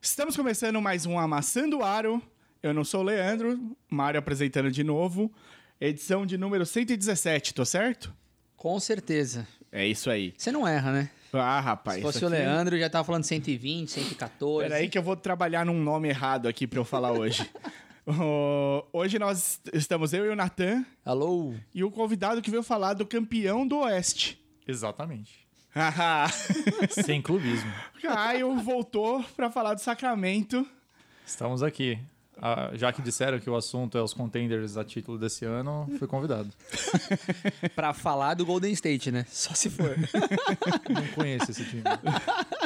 Estamos começando mais um Amassando o Aro. Eu não sou o Leandro, Mário apresentando de novo. Edição de número 117, tô certo? Com certeza. É isso aí. Você não erra, né? Ah, rapaz. Se fosse isso o aqui- Leandro, já tava falando 120, 114. Peraí que eu vou trabalhar num nome errado aqui pra eu falar hoje. Ô, hoje nós estamos eu e o Natan Alô? e o convidado que veio falar do campeão do Oeste. Exatamente. Haha. Sem clubismo. Caio voltou pra falar do Sacramento. Estamos aqui. Ah, já que disseram que o assunto é os contenders a título desse ano, fui convidado. Pra falar do Golden State, né? Só se for. Não conheço esse time.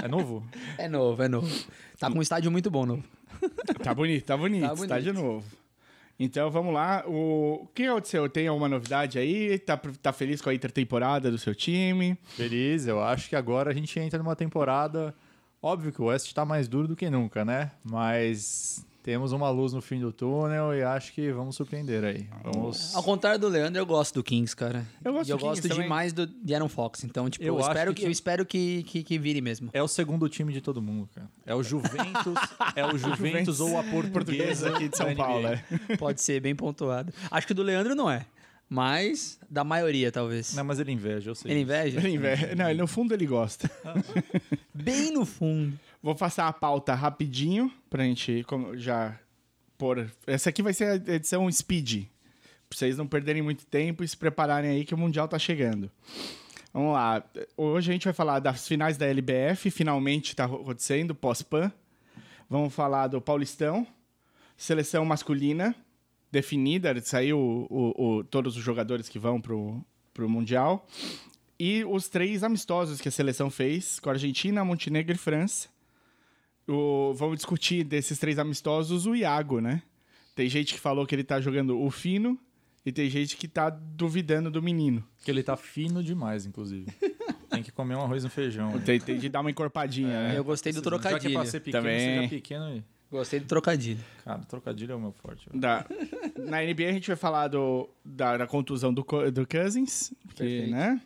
É novo? é novo, é novo. Tá com um estádio muito bom novo. Tá bonito, tá bonito, tá, Tá bonito. de novo. Então vamos lá. O o que aconteceu? Tem alguma novidade aí? Tá, tá feliz com a intertemporada do seu time? Feliz, eu acho que agora a gente entra numa temporada. Óbvio que o West tá mais duro do que nunca, né? Mas temos uma luz no fim do túnel e acho que vamos surpreender aí. Vamos. Ao contrário do Leandro, eu gosto do Kings, cara. Eu gosto e eu do Kings gosto também. demais do de Aaron Fox. Então, tipo, Eu eu, acho espero que que, eu espero que, que, que vire mesmo. É o segundo time de todo mundo, cara. É o Juventus, é o Juventus ou a Português portuguesa aqui de São da NBA. Paulo. é. Pode ser bem pontuado. Acho que o do Leandro não é. Mas da maioria, talvez. Não, mas ele inveja, eu sei. Ele é inveja? Ele inve- Não, ele, no fundo ele gosta. Bem no fundo. Vou passar a pauta rapidinho pra gente como- já pôr. Essa aqui vai ser a edição Speed. Pra vocês não perderem muito tempo e se prepararem aí que o Mundial tá chegando. Vamos lá. Hoje a gente vai falar das finais da LBF, finalmente tá acontecendo, pós-PAN. Vamos falar do Paulistão, seleção masculina, definida, saiu o- o- o- todos os jogadores que vão pro, pro Mundial. E os três amistosos que a seleção fez, com a Argentina, Montenegro e França. O- vamos discutir desses três amistosos o Iago, né? Tem gente que falou que ele tá jogando o fino e tem gente que tá duvidando do menino. Que ele tá fino demais, inclusive. Tem que comer um arroz e um feijão. né? Tem, tem de dar uma encorpadinha, né? Eu gostei do Já que é trocadilho. pra ser pequeno, Também. seja pequeno. e- Gostei do trocadilho. Cara, trocadilho é o meu forte. velho. Da- na NBA a gente vai falar do, da, da contusão do, Co- do Cousins, que, Perfeito. né?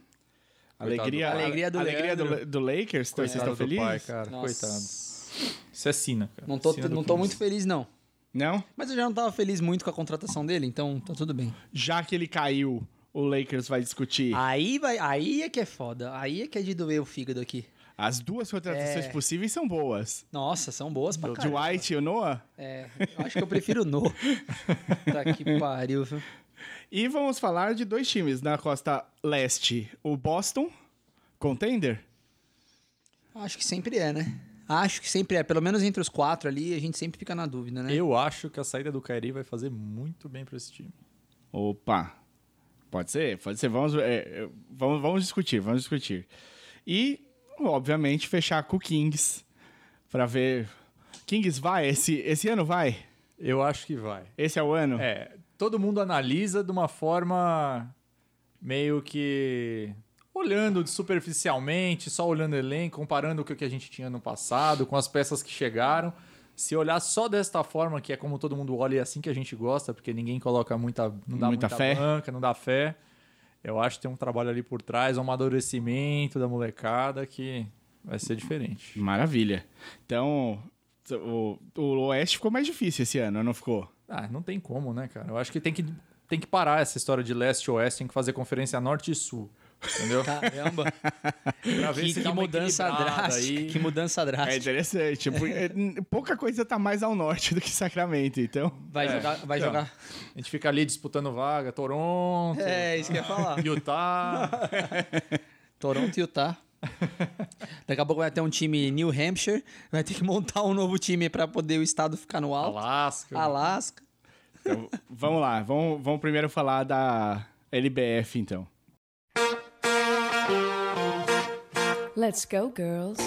Alegria, Coitado do- Alegria do alegria do, Leandro. do Lakers, então vocês estão Coitado do pai, felizes? cara. Nossa. Coitado. Isso é sina, cara. Não tô, Sina do não tô Kings. muito feliz, não. Não? Mas eu já não tava feliz muito com a contratação dele, então tá tudo bem. Já que ele caiu, o Lakers vai discutir Aí, vai, aí é que é foda. Aí é que é de doer o fígado aqui. as duas contratações É. possíveis são boas. Nossa, são boas pra O caralho. Dwight e o Noah. É, eu acho que eu prefiro o No. tá que pariu, viu? E vamos falar de dois times na costa leste. O Boston, contender. Acho que sempre é, né? Acho que sempre é. Pelo menos entre os quatro ali, a gente sempre fica na dúvida, né? Eu acho que a saída do Kyrie vai fazer muito bem pra esse time. Opa! Pode ser, pode ser. Vamos, é, é, vamos, vamos discutir, vamos discutir. E, obviamente, fechar com o Kings pra ver. Kings vai? Esse, esse ano vai? Eu acho que vai. Esse é o ano? É, todo mundo analisa de uma forma meio que olhando superficialmente, só olhando o elenco, comparando com o que a gente tinha no passado, com as peças que chegaram. Se olhar só desta forma, que é como todo mundo olha e é assim que a gente gosta, porque ninguém coloca muita, não dá Muita muita, fé. banca, não dá fé. Eu acho que tem um trabalho ali por trás, um amadurecimento da molecada que vai ser diferente. Maravilha. Então, o, o Oeste ficou mais difícil esse ano, não ficou? Ah, não tem como, né, cara? Eu acho que tem que, tem que parar essa história de leste e oeste, tem que fazer conferência norte e sul. Entendeu? Caramba. pra ver é um que, se que dá uma mudança equilibrada drástica. aí. Que mudança É drástica. interessante. porque, é, Pouca coisa tá mais ao norte do que Sacramento, então. Vai É, jogar. Vai então. jogar. A gente fica ali disputando vaga, Toronto, É, isso que eu ia falar. Utah. Toronto e Utah. Daqui a pouco vai ter um time New Hampshire. Vai ter que montar um novo time pra poder o estado ficar no alto. Alasca. Alasca. Então, vamos lá, vamos, vamos primeiro falar da LBF, então. Let's go, girls.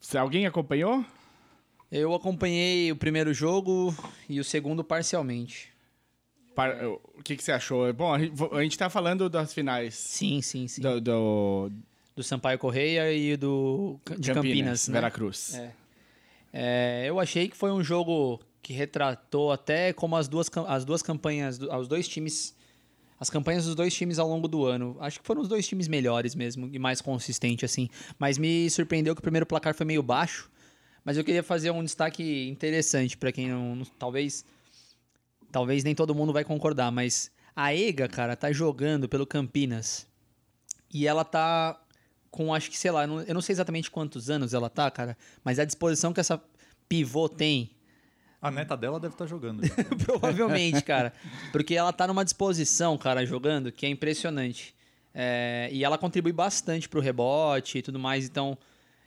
Se alguém acompanhou? Eu acompanhei o primeiro jogo e o segundo parcialmente. Par- O que, que você achou? Bom, a gente, vo- a gente tá falando das finais Sim, sim, sim. Do, do, do Sampaio Correia e do de Campinas, né? Veracruz. É. É, eu achei que foi um jogo que retratou até como as duas, cam- as duas campanhas, do- os dois times as campanhas dos dois times ao longo do ano. Acho que foram os dois times melhores mesmo e mais consistente, assim. Mas me surpreendeu que o primeiro placar foi meio baixo. Mas eu queria fazer um destaque interessante pra quem não. não- Talvez. Talvez nem todo mundo vai concordar, mas a EGA, cara, tá jogando pelo Campinas. E ela tá com, acho que, sei lá, eu não- eu não sei exatamente quantos anos ela tá, cara, mas a disposição que essa pivô tem A neta dela deve estar jogando. já. Provavelmente, cara. Porque ela tá numa disposição, cara, jogando, que é impressionante. É, e ela contribui bastante pro rebote e tudo mais. Então,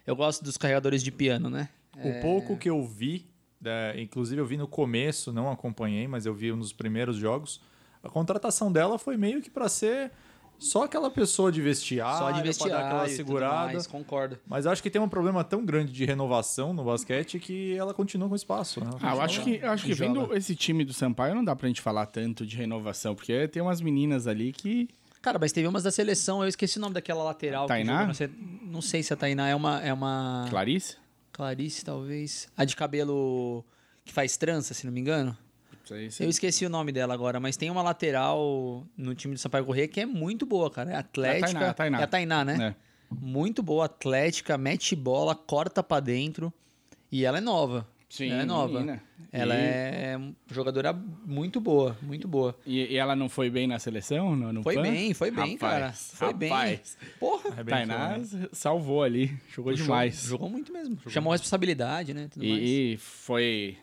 eu gosto dos carregadores de piano, né? O pouco que eu vi, né, inclusive eu vi no começo, não acompanhei, mas eu vi nos primeiros jogos, a contratação dela foi meio que pra ser só aquela pessoa de vestiário, Só de pra vestiário Ah, dar aquela e tudo segurada. mais, concordo. Mas eu acho que tem um problema tão grande de renovação no basquete que ela continua com espaço. né? Ah, Ela eu continua- acho que, eu acho que joga. vendo esse time do Sampaio não dá pra gente falar tanto de renovação, porque tem umas meninas ali que. Cara, mas teve umas da seleção, eu esqueci o nome daquela lateral. que Tainá? joga, não, sei, não sei se a Tainá é uma... É uma... Clarice? Clarice, talvez. A de cabelo que faz trança, se não me engano. Eu esqueci o nome dela agora, mas tem uma lateral no time do Sampaio Corrêa que é muito boa, cara. É atlética. É a Tainá, é a Tainá. É a Tainá, né? né? Muito boa, atlética, mete bola, corta pra dentro. E ela é nova. Sim, ela é nova. menina. Ela E- é jogadora muito boa, muito boa. E, e ela não foi bem na seleção? No, no Foi PAN? bem, foi bem, Rapaz, cara. Foi rapaz. bem. Porra, É bem Tainá diferente. salvou ali, jogou Puxou- demais. Jogou muito mesmo. Chamou responsabilidade, né? Tudo mais. E, e foi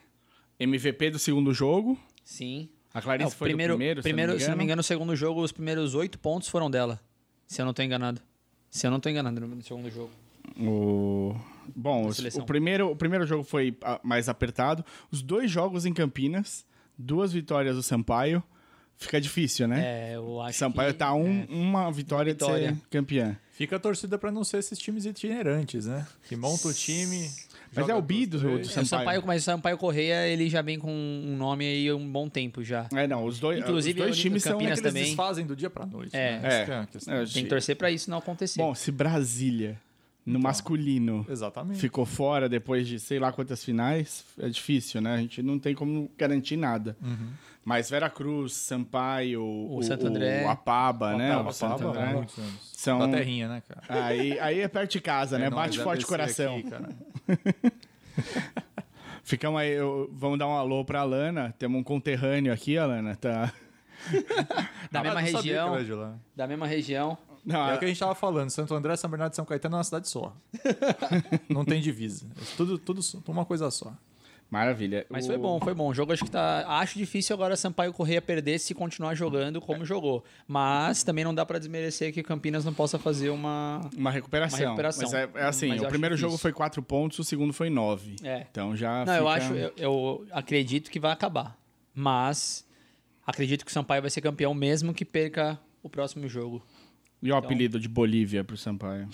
MVP do segundo jogo. Sim. A Clarice É, o foi do primeiro, primeiro, se eu não me engano. no segundo jogo, os primeiros oito pontos foram dela. Se eu não tô enganado. Se eu não tô enganado no no segundo jogo. O... Bom, os- seleção. o primeiro, o primeiro jogo foi ah, mais apertado. Os dois jogos em Campinas, duas vitórias do Sampaio. Fica difícil, né? É, eu acho Sampaio que... é. tá um, uma vitória, de vitória. ser campeã. Fica a torcida pra não ser esses times itinerantes, né? Que monta o time. Mas joga é o bi com os do- três. do É, o Sampaio, mas o Sampaio Correia, ele já vem com um nome aí há um bom tempo já. É, não, os dois, Inclusive, os dois o times são... Campinas Eles também. desfazem do dia pra noite. É. né? Essa que a questão. É, Tem Então. que torcer pra isso não acontecer. Bom, se Brasília, no masculino, Então. Exatamente. ficou fora depois de sei lá quantas finais, é difícil, né? A gente não tem como garantir nada. Mas Veracruz, Sampaio, o, Uhum. Santo André. o Apaba, né? Tá, o Santo Papa, André. muitos anos. São- Da terrinha, né, cara? Aí, aí é perto de casa, né? não Bate dá forte o descer coração. aqui, cara. Ficamos aí, eu- vamos dar um alô pra Alana. Temos um conterrâneo aqui, Alana. Tá... da Ah, mesma não sabia que região, era de lá. da mesma região. Não, É o que a gente tava falando, Santo André, São Bernardo e São Caetano é uma cidade só. não tem divisa. É tudo, tudo só- uma coisa só. Maravilha. Mas O- foi bom, foi bom. O jogo acho que tá... Acho difícil agora Sampaio Correia perder se continuar jogando como jogou. Mas também não dá pra desmerecer que o Campinas não possa fazer uma... Uma recuperação. Uma recuperação. Hum, Mas é, é assim, Mas eu o acho primeiro difícil. jogo foi quatro pontos, o segundo foi nove. É. Então Tá já Não, eu fica- acho, eu, eu acredito que vai acabar. Mas acredito que o Sampaio vai ser campeão mesmo que perca o próximo jogo. então. E o apelido de Bolívia pro Sampaio?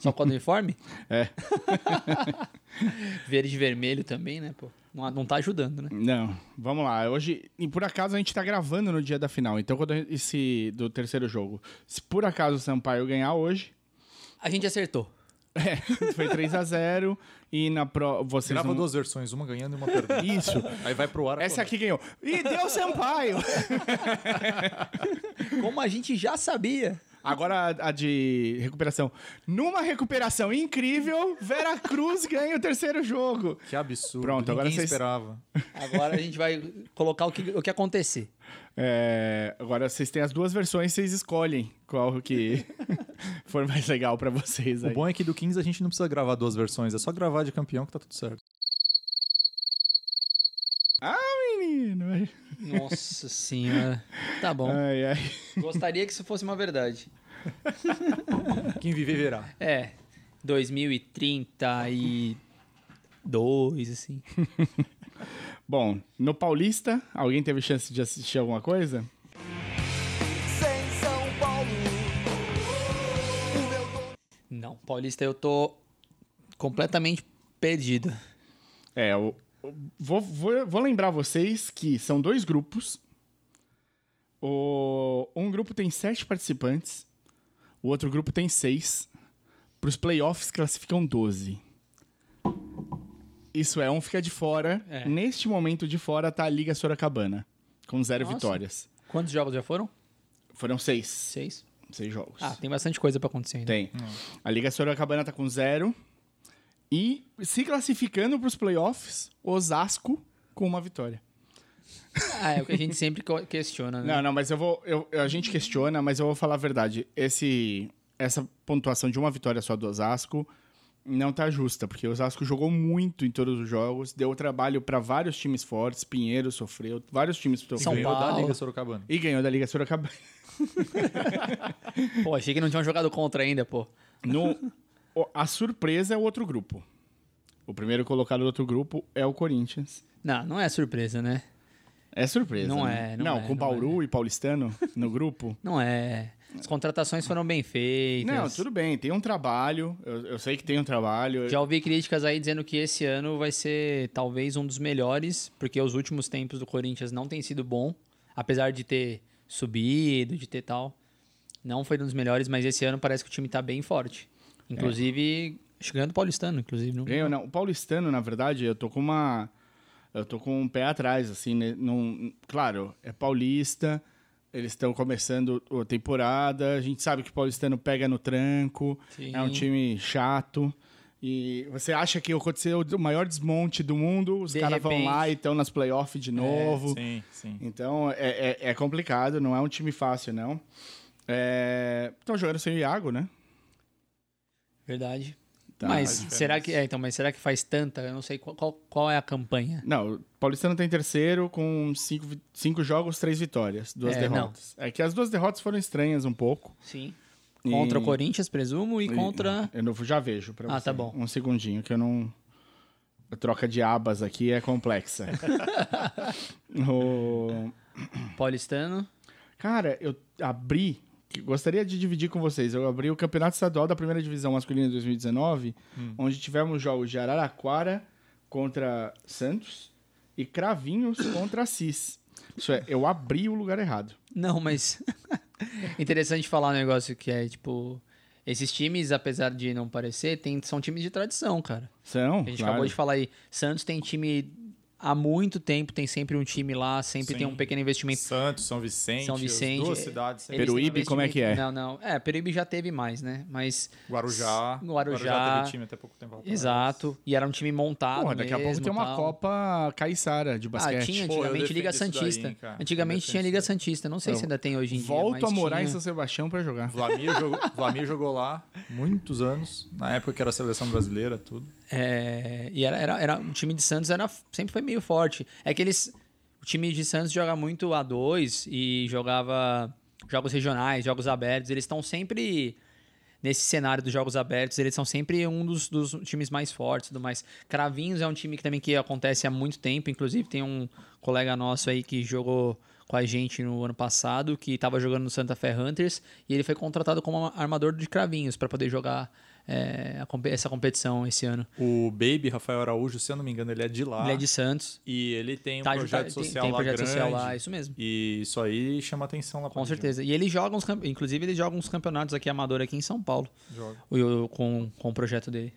Só com o uniforme? É. Verde e vermelho também, né, pô? Não, não tá ajudando, né? Não, vamos lá. Hoje, e por acaso, a gente tá gravando no dia da final. Então, quando a gente- esse do terceiro jogo, se por acaso o Sampaio ganhar hoje, A gente acertou. é, foi 3 a 0 e na pro, vocês Grava não- duas versões, uma ganhando e uma perdendo. Isso. Aí vai pro ar. a Essa aqui ganhou. E deu Sampaio. Como a gente já sabia. Agora a, a de recuperação. Numa recuperação incrível, Vera Cruz ganha o terceiro jogo. Que absurdo. Pronto, agora Ninguém vocês- esperava. Agora a gente vai colocar o que, o que acontecer. É, agora vocês têm as duas versões, vocês escolhem qual que for mais legal pra vocês O aí. bom é que do 15 a gente não precisa gravar duas versões, é só gravar de campeão que tá tudo certo. Menino, Nossa senhora. Tá bom. ai, ai. Gostaria que isso fosse uma verdade. Quem viver verá. É. 2032, assim. Bom, no Paulista, alguém teve chance de assistir alguma coisa? Sem São Paulo, o meu dono Não, Paulista, eu tô completamente perdido. É, eu, eu vou, vou, vou lembrar vocês que são dois grupos. O, um grupo tem sete participantes, o outro grupo tem seis. Para os playoffs classificam 12. Isso é, um fica de fora. É. Neste momento de fora tá a Liga Sorocabana, com zero Nossa. vitórias. Quantos jogos já foram? Foram seis. Seis? Seis jogos. Ah, tem bastante coisa pra acontecer ainda. Tem. A Liga Sorocabana tá com zero. E se classificando pros playoffs, Osasco com uma vitória. Ah, é o que a gente sempre co- questiona, né? Não, não, mas eu vou. eu- eu- a gente questiona, mas eu vou falar a verdade. Esse, essa pontuação de uma vitória só do Osasco não tá justa, porque o Osasco jogou muito em todos os jogos, deu trabalho para vários times fortes, Pinheiro sofreu, vários times sofreram. São Ganhou da Paulo. Liga Sorocabana. E ganhou da Liga Sorocabana. Pô, achei que não tinham jogado contra ainda, pô. No, o- a surpresa é o outro grupo. O primeiro colocado do outro grupo é o Corinthians. Não, não é surpresa, né? É surpresa. Não né? é, não é, com não Bauru e Paulistano no grupo. Não é. As contratações foram bem feitas. Não, tudo bem, tem um trabalho. Eu, eu sei que tem um trabalho. Já ouvi críticas aí dizendo que esse ano vai ser talvez um dos melhores, porque os últimos tempos do Corinthians não tem sido bom, apesar de ter subido, de ter tal. Não foi um dos melhores, mas esse ano parece que o time tá bem forte. Inclusive, chegando o paulistano, inclusive. Não... Ganhou, não. O paulistano, na verdade, eu tô com uma. Eu tô com um pé atrás, assim, né? Num- claro, é paulista, eles estão começando a temporada, a gente sabe que o paulistano pega no tranco, Sim. é um time chato. E você acha que aconteceu o maior desmonte do mundo, os De caras vão lá repente. É, e estão nas playoffs de novo. Sim, sim. Então é, é- é complicado, não é um time fácil, não. Estão jogando sem o Iago, né? Verdade. Tá, mas a será que. É, então, mas será que faz tanta? Eu não sei qual, qual, qual é a campanha. Não, o Paulistano tem terceiro com cinco, vi- cinco jogos, três vitórias, duas É, derrotas. É que as duas derrotas foram estranhas um pouco. Sim. Contra E- o Corinthians, presumo, e contra. Eu não, já vejo pra Ah, você. tá bom. Um segundinho, que eu não... A troca de abas aqui é complexa. O- Paulistano. Cara, eu abri... que Gostaria de dividir com vocês. Eu abri o Campeonato Estadual da Primeira Divisão Masculina de 2019, Hum. onde tivemos jogos de Araraquara contra Santos e Cravinhos contra Assis. Isso é, eu abri o lugar errado. Não, mas. Interessante falar um negócio que é, tipo. Esses times, apesar de não parecer, tem- são times de tradição, cara. São, A gente claro. acabou de falar aí. Santos tem time há muito tempo, tem sempre um time lá, sempre Sim. tem um pequeno investimento. Santos, São Vicente, São as Vicente, duas é- cidades. Eles têm Peruíbe, como é que é? Não, não. É, Peruíbe já teve mais, né? Mas. Guarujá. Guarujá. teve time até pouco tempo atrás. Exato. E era um time montado. Porra, daqui a pouco mesmo, tem uma tal. Copa Caiçara de Ah, basquete. tinha Pô, eu antigamente defendo Liga isso daí, Santista. hein, cara. antigamente Eu tinha defendo Liga isso daí. Santista. Não sei Eu se ainda tem hoje em dia. Volto mas a morar em tinha- São Sebastião pra jogar. Vlamir jogou, Vlamir jogou lá muitos anos, na época que era a seleção brasileira, tudo. É, e era, era, era- o time de Santos era, sempre foi meio forte. É que eles. O time de Santos joga muito A2 e jogava jogos regionais, jogos abertos. Eles estão sempre. Nesse cenário dos jogos abertos, eles são sempre um dos, dos times mais fortes e tudo mais. Cravinhos é um time que também que acontece há muito tempo. Inclusive, tem um colega nosso aí que jogou com a gente no ano passado, que estava jogando no Santa Fé Hunters, e ele foi contratado como armador de Cravinhos para poder jogar é, a compe- essa competição esse ano. O Baby Rafael Araújo, se eu não me engano, ele é de Ah. lá. Ele é de Santos. E ele tem um Tá, projeto tá, tem- social tem lá projeto grande. social lá, isso mesmo. E isso aí chama atenção lá pra Com região. certeza. E ele joga uns, campe- inclusive ele joga uns campeonatos aqui amador aqui em São Paulo, Joga. o- o- com, com o projeto dele.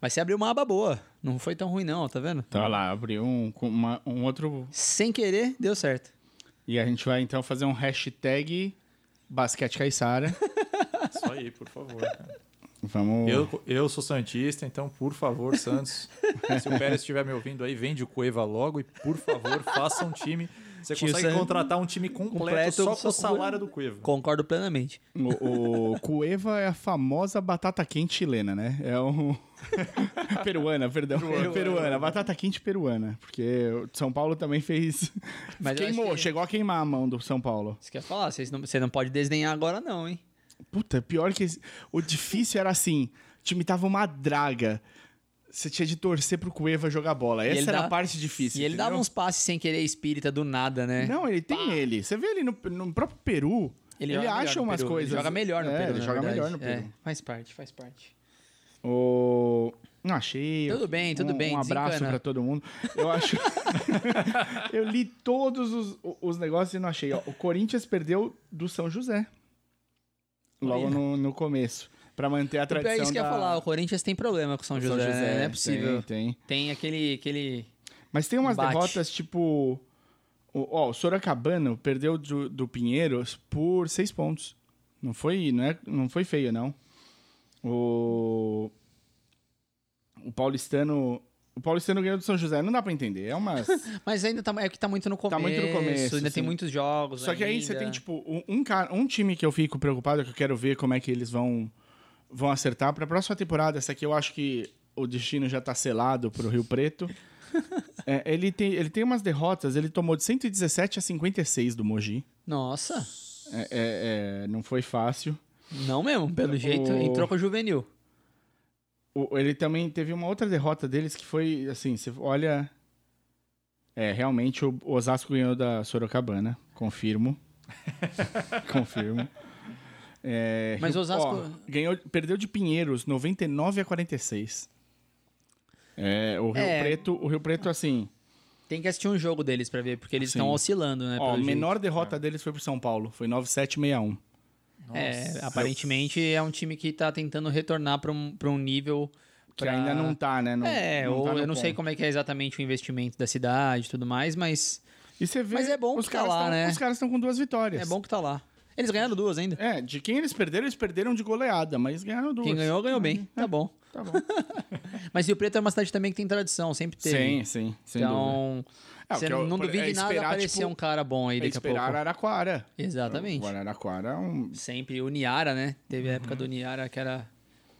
Mas você abriu uma aba boa, não foi tão ruim não, tá vendo? Tá lá, abriu um, com uma- um outro. Sem querer, deu certo. E a gente vai então fazer um hashtag basquete Caiçara. Isso aí, por favor. cara. Vamos. Eu, eu sou Santista, então, por favor, Santos. se o Pérez estiver me ouvindo aí, vende o Cueva logo e, por favor, faça um time. Você Tio consegue Sam- contratar um time completo, Completo, só só com com- o salário do Cueva. Concordo plenamente. O, o Cueva é a famosa batata quente chilena, né? É um. peruana, perdão. Peruana. batata quente peruana. Porque o São Paulo também fez. Mas eu Queimou, acho que- chegou a queimar a mão do São Paulo. Isso quer falar, vocês não- você não pode desdenhar agora não, hein? Puta, pior que. esse- O difícil era assim: o time tava uma draga. Você tinha de torcer pro Cueva jogar bola. E Essa ele era dá- a parte difícil. E ele dava entendeu? uns passes sem querer espírita do nada, né? Não, ele tem ele. Você vê ele no, no próprio Peru. Ele, joga melhor acha no umas Peru, coisas. Ele joga melhor no É, Peru, Ele na joga verdade. melhor no Peru. É, faz parte, faz parte. O... Não achei. Tudo bem, tudo um, bem, Um abraço desencana. pra todo mundo. Eu acho. eu li todos os, os negócios e não achei. ó. o Corinthians perdeu do São José. Logo Olha. no, no começo. Pra manter a tradição. É isso que eu da... ia falar, o Corinthians tem problema com o São, São José, José. né? Não é Tem, possível. tem. Tem aquele, aquele. Mas tem umas Bate. derrotas, tipo. O, ó, o Sorocabano perdeu do, do Pinheiros por seis pontos. Não foi, não é, não foi feio, não. O, o Paulistano. O Paulistano ganhou do São José. Não dá pra entender. É umas. Mas ainda tá, é que tá muito no começo. muito no começo, Ainda tem sim. muitos jogos. Só que aí você ainda. tem, tipo, um, um cara, um time que eu fico preocupado, que eu quero ver como é que eles vão, vão acertar. Pra próxima temporada, essa aqui eu acho que o destino já tá selado pro Rio Preto. É, ele, tem, ele tem umas derrotas, ele tomou de 117 a 56 do Mogi. Nossa, É, é, é, não foi fácil. não mesmo, pelo jeito. O- Entrou com o juvenil. O- ele também teve uma outra derrota deles que foi, assim, você olha. É, realmente o o Osasco ganhou da Sorocabana, confirmo. confirmo. É, Mas Rio- o Osasco- ó, ganhou, perdeu de Pinheiros 99 a 46. É, o Rio É. Preto, o Rio Preto assim, Tem que assistir um jogo deles pra ver, porque eles Sim. estão oscilando, né? ó, a pelo jeito. menor derrota deles foi pro São Paulo, foi 9761. É, aparentemente é um time que tá tentando retornar pra um, pra um nível. Que pra- ainda não tá, né? Não, é, ou tá no eu não sei ponto. como é que é exatamente o investimento da cidade e tudo mais, mas E você vê, Mas é bom os que tá caras lá, tão- né? Os caras estão com duas vitórias. é bom que tá lá. Eles ganharam duas ainda. É, de quem eles perderam, eles perderam de goleada, mas ganharam duas. Quem ganhou, ganhou bem. Tá bom. Tá bom. Mas Rio Preto é uma cidade também que tem tradição, sempre teve. Sim, sim, sem dúvida. Então, É, o você que eu- não por- duvide é nada esperar, aparecer tipo, um cara bom aí É daqui a pouco. esperar Araraquara. Exatamente. O Araraquara é um... Sempre o Niara, né? Teve a época Uhum. do Niara que era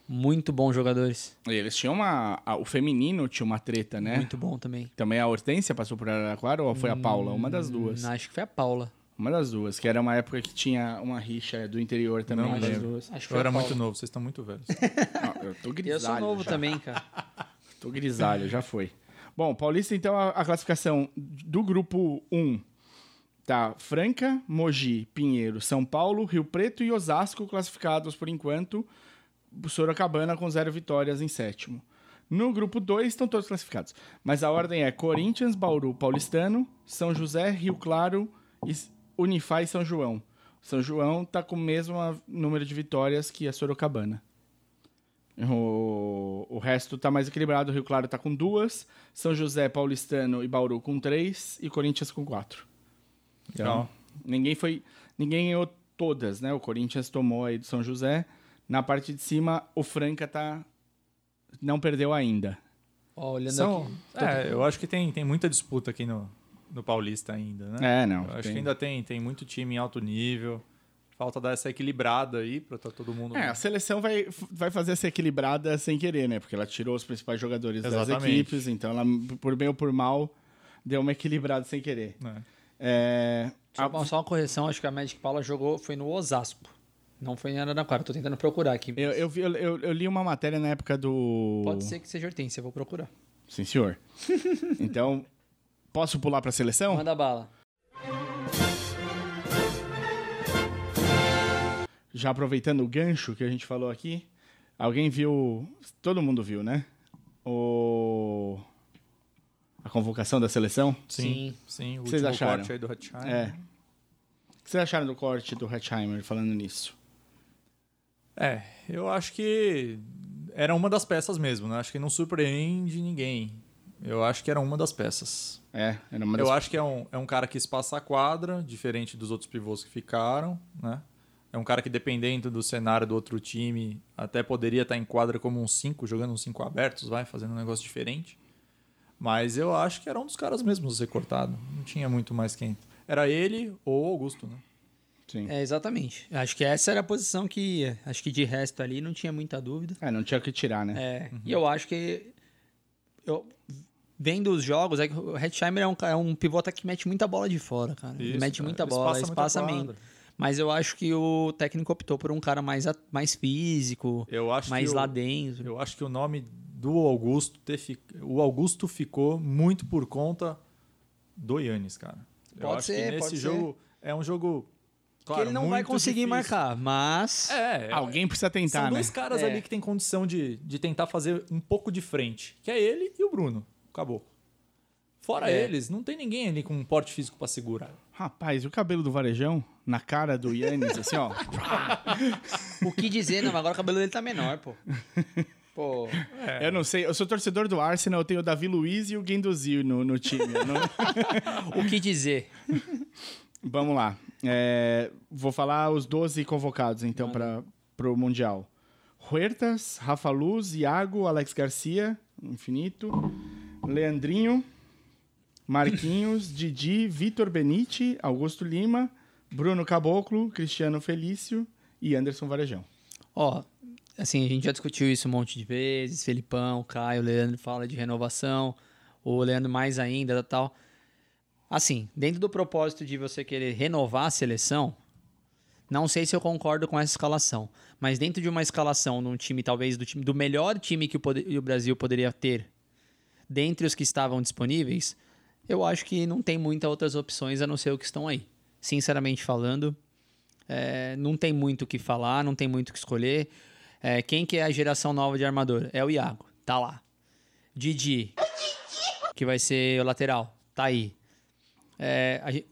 muito bons jogadores. E Eles tinham uma... a- O feminino tinha uma treta, né? Muito bom também. Também a Hortência passou por Araraquara ou foi a Paula? Uma das duas. Hum, Acho que foi a Paula. Uma das duas, que era uma época que tinha uma rixa do interior também. Não uma das lembro. duas. Acho que Eu foi era a Paula. muito novo, vocês estão muito velhos. Ah, eu tô grisalho Eu sou novo já. também, cara. Tô grisalho, já foi. Bom, Paulista, então, a, a classificação do grupo 1 tá Franca, Mogi, Pinheiro, São Paulo, Rio Preto e Osasco classificados por enquanto. Sorocabana com zero vitórias em sétimo. No grupo 2 estão todos classificados. Mas a ordem é Corinthians, Bauru, Paulistano, São José, Rio Claro, e S- Unifá e São João. São João tá com o mesmo número de vitórias que a Sorocabana. O, o resto tá mais equilibrado. O Rio Claro tá com duas, São José, Paulistano e Bauru com três e Corinthians com quatro. Então, Então, Legal. Ninguém foi, ninguém ganhou todas, né? O Corinthians tomou aí do São José. Na parte de cima, o Franca tá não perdeu ainda. Ó, olhando São, aqui. é, eu acho que tem, tem muita disputa aqui no, no Paulista ainda, né? É, não. Eu acho tem- que ainda tem, tem muito time em alto nível. Falta dar essa equilibrada aí pra tá todo mundo. É, a seleção vai, vai fazer essa equilibrada sem querer, né? Porque ela tirou os principais jogadores das Exatamente. equipes, então ela, por bem ou por mal, deu uma equilibrada sem querer. né? É, Só, uma- só uma correção, acho que a Magic Paula jogou, foi no Osasco. Não foi em Araraquara, tô tentando procurar aqui. Eu, eu, vi- eu, eu- eu li uma matéria na época do. Pode ser que seja Hortência, vou procurar. Sim, senhor. então, posso pular pra seleção? Manda bala. Já aproveitando o gancho que a gente falou aqui, alguém viu. Todo mundo viu, né? O. A convocação da seleção? Sim, sim. O Vocês último acharam? corte aí do Hatchai. É. O que vocês acharam do corte do Hatchheimer falando nisso? É, eu acho que era uma das peças mesmo, né? Acho que não surpreende ninguém. Eu acho que era uma das peças. É, era uma das... Eu acho que é um, é um cara que espaça a quadra, diferente dos outros pivôs que ficaram, né? É um cara que, dependendo do cenário do outro time, até poderia estar em quadra como um 5, jogando um 5 abertos, vai, fazendo um negócio diferente. Mas eu acho que era um dos caras mesmo a ser cortado. Não tinha muito mais quem. Era ele ou o Augusto, né? Sim. É, exatamente. Acho que essa era a posição que ia. Acho que de resto ali não tinha muita dúvida. É, não tinha o que tirar, né? É, Uhum. e eu acho que. Eu, vendo os jogos, é que o Hetzheimer é um, ca- é um pivô até que mete muita bola de fora, cara. ele Isso, é. mete cara. muita Ele bola, espaça muito espaça a bem. quadra. Mas eu acho que o técnico optou por um cara mais, a- mais físico, Eu acho mais que lá o- dentro. Eu acho que o nome do Augusto ter fi- o Augusto ficou muito por conta do Yannis, cara. eu Pode acho ser, que nesse pode jogo é um jogo claro, que ele não vai muito conseguir difícil. marcar, mas. É, é Alguém precisa tentar, são né? dois caras É. ali que tem condição de, de tentar fazer um pouco de frente, que é ele e o Bruno. Acabou. Fora É. eles, não tem ninguém ali com um porte físico pra segurar. Rapaz, e o cabelo do varejão na cara do Yannis, assim, ó. O que dizer, não, mas agora o cabelo dele tá menor, pô. Pô, Eu não sei, eu sou torcedor do Arsenal, eu tenho o Davi Luiz e o Guendouzi no, no time. eu não- o que dizer? Vamos lá. É, vou falar os 12 convocados, então, para o Mundial. Huertas, Rafa Luz, Iago, Alex Garcia, infinito, Leandrinho, Marquinhos, Didi, Vitor Benite, Augusto Lima, Bruno Caboclo, Cristiano Felício e Anderson Varejão. Ó, assim, a gente já discutiu isso um monte de vezes. Felipão, Caio, Leandro fala de renovação. O Leandro mais ainda tal. Assim, dentro do propósito de você querer renovar a seleção, não sei se eu concordo com essa escalação. Mas dentro de uma escalação num time, talvez, do, time, do melhor time que o, poder- o Brasil poderia ter, dentre os que estavam disponíveis, eu acho que não tem muitas outras opções a não ser o que estão aí. Sinceramente falando, é, não tem muito o que falar, não tem muito o que escolher. É, quem que é a geração nova de armador? É o Iago, tá lá. Didi, que vai ser o lateral, tá aí. É, a gen-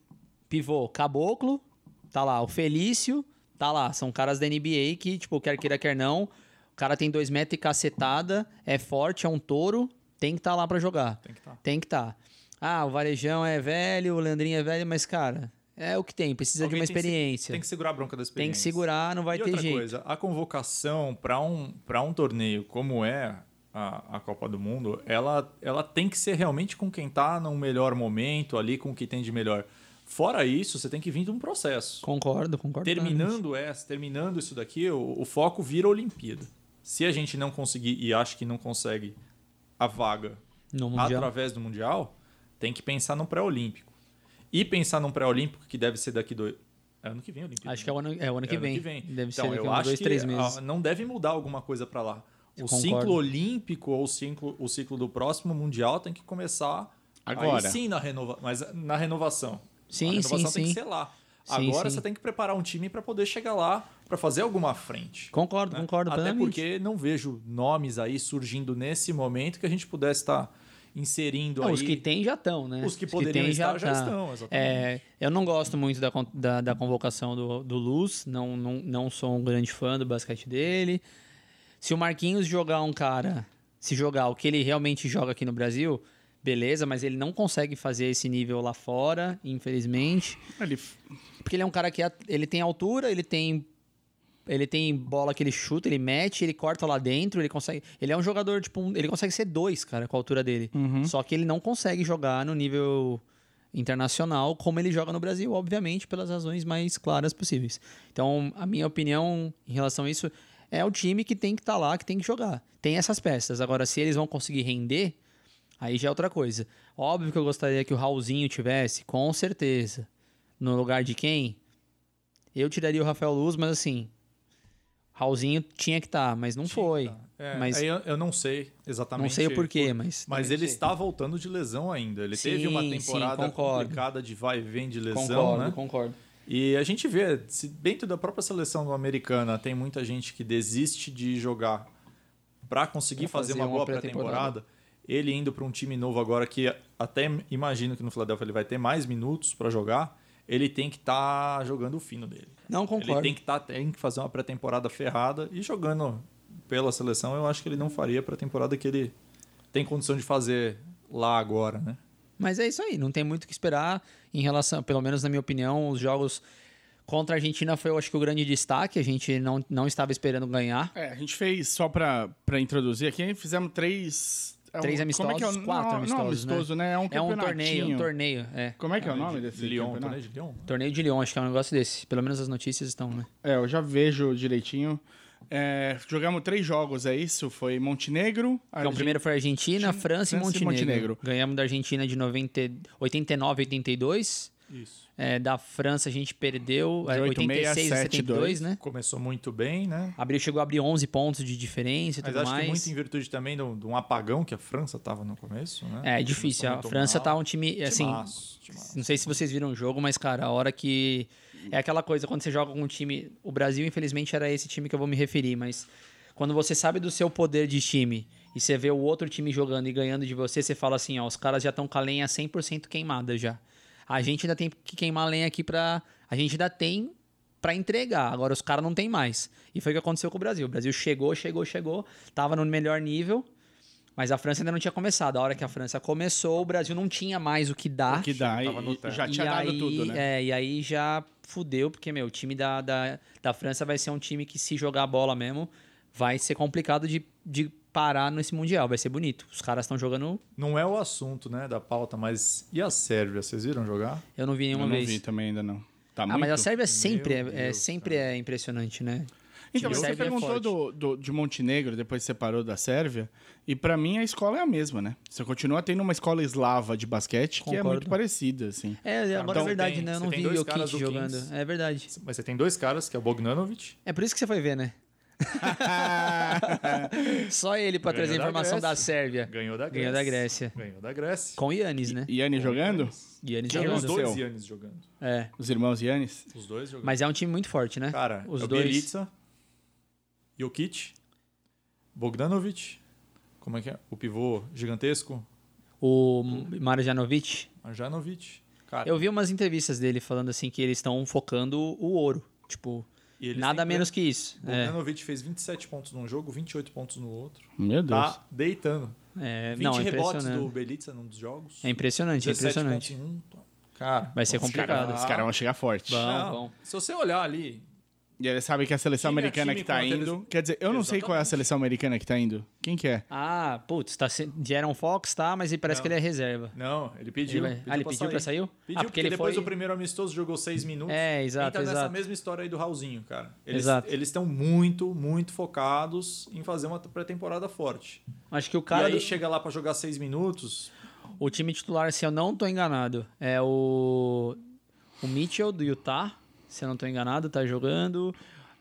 pivô, Caboclo, tá lá. O Felício, tá lá. São caras da NBA que, tipo, quer queira, quer não. O cara tem dois metros e cacetada, é forte, é um touro, tem que estar lá pra jogar. Tem que tá. estar. Tem que estar. Ah, o Varejão é velho, o Leandrinho é velho, mas, cara, é o que tem. Precisa de Alguém uma tem que se- experiência. Tem que segurar a bronca da Tem experiência. que segurar, não vai e ter outra jeito. coisa, a convocação para um, pra um torneio como é a, a Copa do Mundo, ela, ela tem que ser realmente com quem tá no melhor momento, ali com o que tem de melhor. Fora isso, você tem que vir de um processo. Concordo, concordo. plenamente. Terminando essa, terminando isso daqui, o, o foco vira a Olimpíada. Se a gente não conseguir, e acho que não consegue, a vaga No Mundial. através do Mundial, tem que pensar num pré-olímpico. E pensar num pré-olímpico que deve ser daqui do. É ano que vem, a Olimpíada. Acho que é o ano, é o ano que, É ano vem. Deve então, ser daqui eu a uns acho dois, que três a- né, meses. não deve mudar alguma coisa para lá. O Eu concordo. ciclo olímpico ou o ciclo, o ciclo do próximo mundial tem que começar Agora. Aí sim na renova, mas na renovação. Sim, a renovação sim, tem sim. que ser lá. Sim, Agora sim. você tem que preparar um time para poder chegar lá para fazer alguma frente. Concordo, né? concordo. Até plenamente. porque não vejo nomes aí surgindo nesse momento que a gente pudesse estar inserindo Não, aí. os que tem já estão, né? Os que poderiam tem estar já tá. estão, exatamente. É, eu não gosto muito da, con- da, da convocação do, do Luz, não, não, não sou um grande fã do basquete dele. Se o Marquinhos jogar um cara, se jogar o que ele realmente joga aqui no Brasil, beleza, mas ele não consegue fazer esse nível lá fora, infelizmente. Ele Porque ele é um cara que at- ele tem altura, ele tem ele tem bola que ele chuta, ele mete, ele corta lá dentro, ele consegue. Ele é um jogador tipo, um- ele consegue ser dois, cara, com a altura dele. Só que ele não consegue jogar no nível internacional como ele joga no Brasil, obviamente, pelas razões mais claras possíveis. Então, a minha opinião em relação a isso é o time que tem que estar lá, que tem que jogar. Tem essas peças. Agora, se eles vão conseguir render, Aí já é outra coisa. Óbvio que eu gostaria que o Raulzinho tivesse, com certeza. No lugar de quem? Eu tiraria o Rafael Luz, mas assim. Raulzinho tinha que estar, mas não foi. É, mas aí eu, eu não sei exatamente. não sei o porquê, mas. Mas ele está voltando de lesão ainda. Ele Sim, teve uma sim, temporada concordo. complicada de vai e vem de lesão, concordo, né? concordo. E a gente vê, se dentro da própria seleção americana tem muita gente que desiste de jogar para conseguir Pra fazer, fazer uma uma boa pré-temporada. pré-temporada, ele indo para um time novo agora que até imagino que no Philadelphia ele vai ter mais minutos para jogar, ele tem que estar jogando o fino dele. Não Ele concordo. tem que, tá, tem que fazer uma pré-temporada ferrada e jogando pela seleção, eu acho que ele não faria a pré-temporada que ele tem condição de fazer lá agora, né? Mas é isso aí, não tem muito o que esperar em relação, pelo menos na minha opinião, os jogos contra a Argentina foi, eu acho que o grande destaque. A gente não, não estava esperando ganhar. É, a gente fez, só pra, pra introduzir aqui, fizemos três... é um- Três como amistosos, é que é o, quatro não, amistosos, Não, amistoso, né? É um É um torneio, campeonatinho. um torneio. É. Como é que é o nome desse Lyon, campeonato? né? De Lyon? Torneio de Lyon, acho que é um negócio desse. Pelo menos as notícias estão, né? É, eu já vejo direitinho. É, jogamos três jogos, é isso? Foi Montenegro... Então, o Argen- primeiro foi Argentina, França, França e e Montenegro. Montenegro. Ganhamos da Argentina de 90, e- 89 82. Isso. É, da França a gente perdeu é, De 86, 86 a 72, 72, né? Começou muito bem, né? Abriu, chegou a abrir 11 pontos de diferença e Mas tudo acho mais. que é muito em virtude também de um, de um apagão que a França tava no começo, né? É, é difícil. A Começou muito França mal. tá um time, assim... Timaço, timaço. Não sei se vocês viram o jogo, mas, cara, a hora que. É aquela coisa, quando você joga com um time. O Brasil, infelizmente, era esse time que eu vou me referir, mas quando você sabe do seu poder de time e você vê o outro time jogando e ganhando de você, você fala assim: ó, os caras já estão com a lenha 100% queimada já. A gente ainda tem que queimar a lenha aqui pra. A gente ainda tem pra entregar. Agora os caras não tem mais. E foi o que aconteceu com o Brasil. O Brasil chegou, chegou, chegou, tava no melhor nível, mas a França ainda não tinha começado. A hora que a França começou, o Brasil não tinha mais o que dar. O que dá, e, Tava no e teto. já E tinha dado aí- tudo, né? É, e aí já fudeu, porque, meu, o time da, da, da França vai ser um time que, se jogar a bola mesmo, vai ser complicado de, de parar nesse Mundial. Vai ser bonito. Os caras estão jogando. Não é o assunto, né, da pauta, mas e a Sérvia? Vocês viram jogar? Eu não vi Eu nenhuma não vez. então. vi também ainda, não. Tá ah, muito? mas a Sérvia sempre, é, Meu é- Deus, sempre é impressionante, né? Então, Time você sérvio é perguntou forte. do, do- de Montenegro, depois separou da Sérvia, e pra mim a escola é a mesma, né? Você continua tendo uma escola eslava de basquete que é Concordo. muito parecida, assim. É, agora é então verdade, tem- né? Eu você não tem vi dois o Kit caras do jogando. Kings. É verdade. Mas você tem dois caras, que é o Bogdanovic. É por isso que você foi ver, né? Só ele pra Ganhou trazer da informação da, Grécia. Sérvia. Ganhou da É. Grécia. Ganhou da Grécia. Ganhou da Grécia. Com Yannis, né? Yannis jogando? Yannis Quem Ganhou. Os jogando. lançou? dois Seu. Yannis jogando. É. Os irmãos Yannis? Os dois jogando. Mas é um time muito forte, né? Cara, os é o dois. Bielitsa, Jokic, Bogdanovic, como é que é? O pivô gigantesco, O Marjanovic. Marjanovic. Cara, Eu vi umas entrevistas dele falando assim que eles estão focando o ouro. Tipo, e eles nada têm- menos que isso. É. Bogdanovic fez 27 pontos num jogo, 28 pontos no outro. Meu Deus. Tá deitando. É, 20 não, é rebotes do impressionante. Belitza num dos jogos. É impressionante, é 17 impressionante. pontos em um. Cara, Vai ser Os caras complicado. os caras vão é um chegar forte. Vão. não, bom. se você olhar ali, E eles sabem que a seleção Time a americana time que tá contra indo. eles. Quer dizer, eu não sei qual é a Exatamente. seleção americana que tá indo. Quem que é? Ah, putz, tá se... Jaron Fox, tá? Mas ele parece que ele é reserva. não, ele Ele pediu. vai- ah, ele pediu pra sair? Pediu, ah, porque, depois o primeiro amistoso jogou seis minutos. É, exato, Entra Então, nessa exato. mesma história aí do Raulzinho, cara. Eles Exato. eles estão muito, muito focados em fazer uma pré-temporada forte. Acho que o cara. e aí do- chega lá pra jogar seis minutos. O time titular, se eu não tô enganado, é o. O Mitchell do Utah, se eu não tô enganado, tá jogando.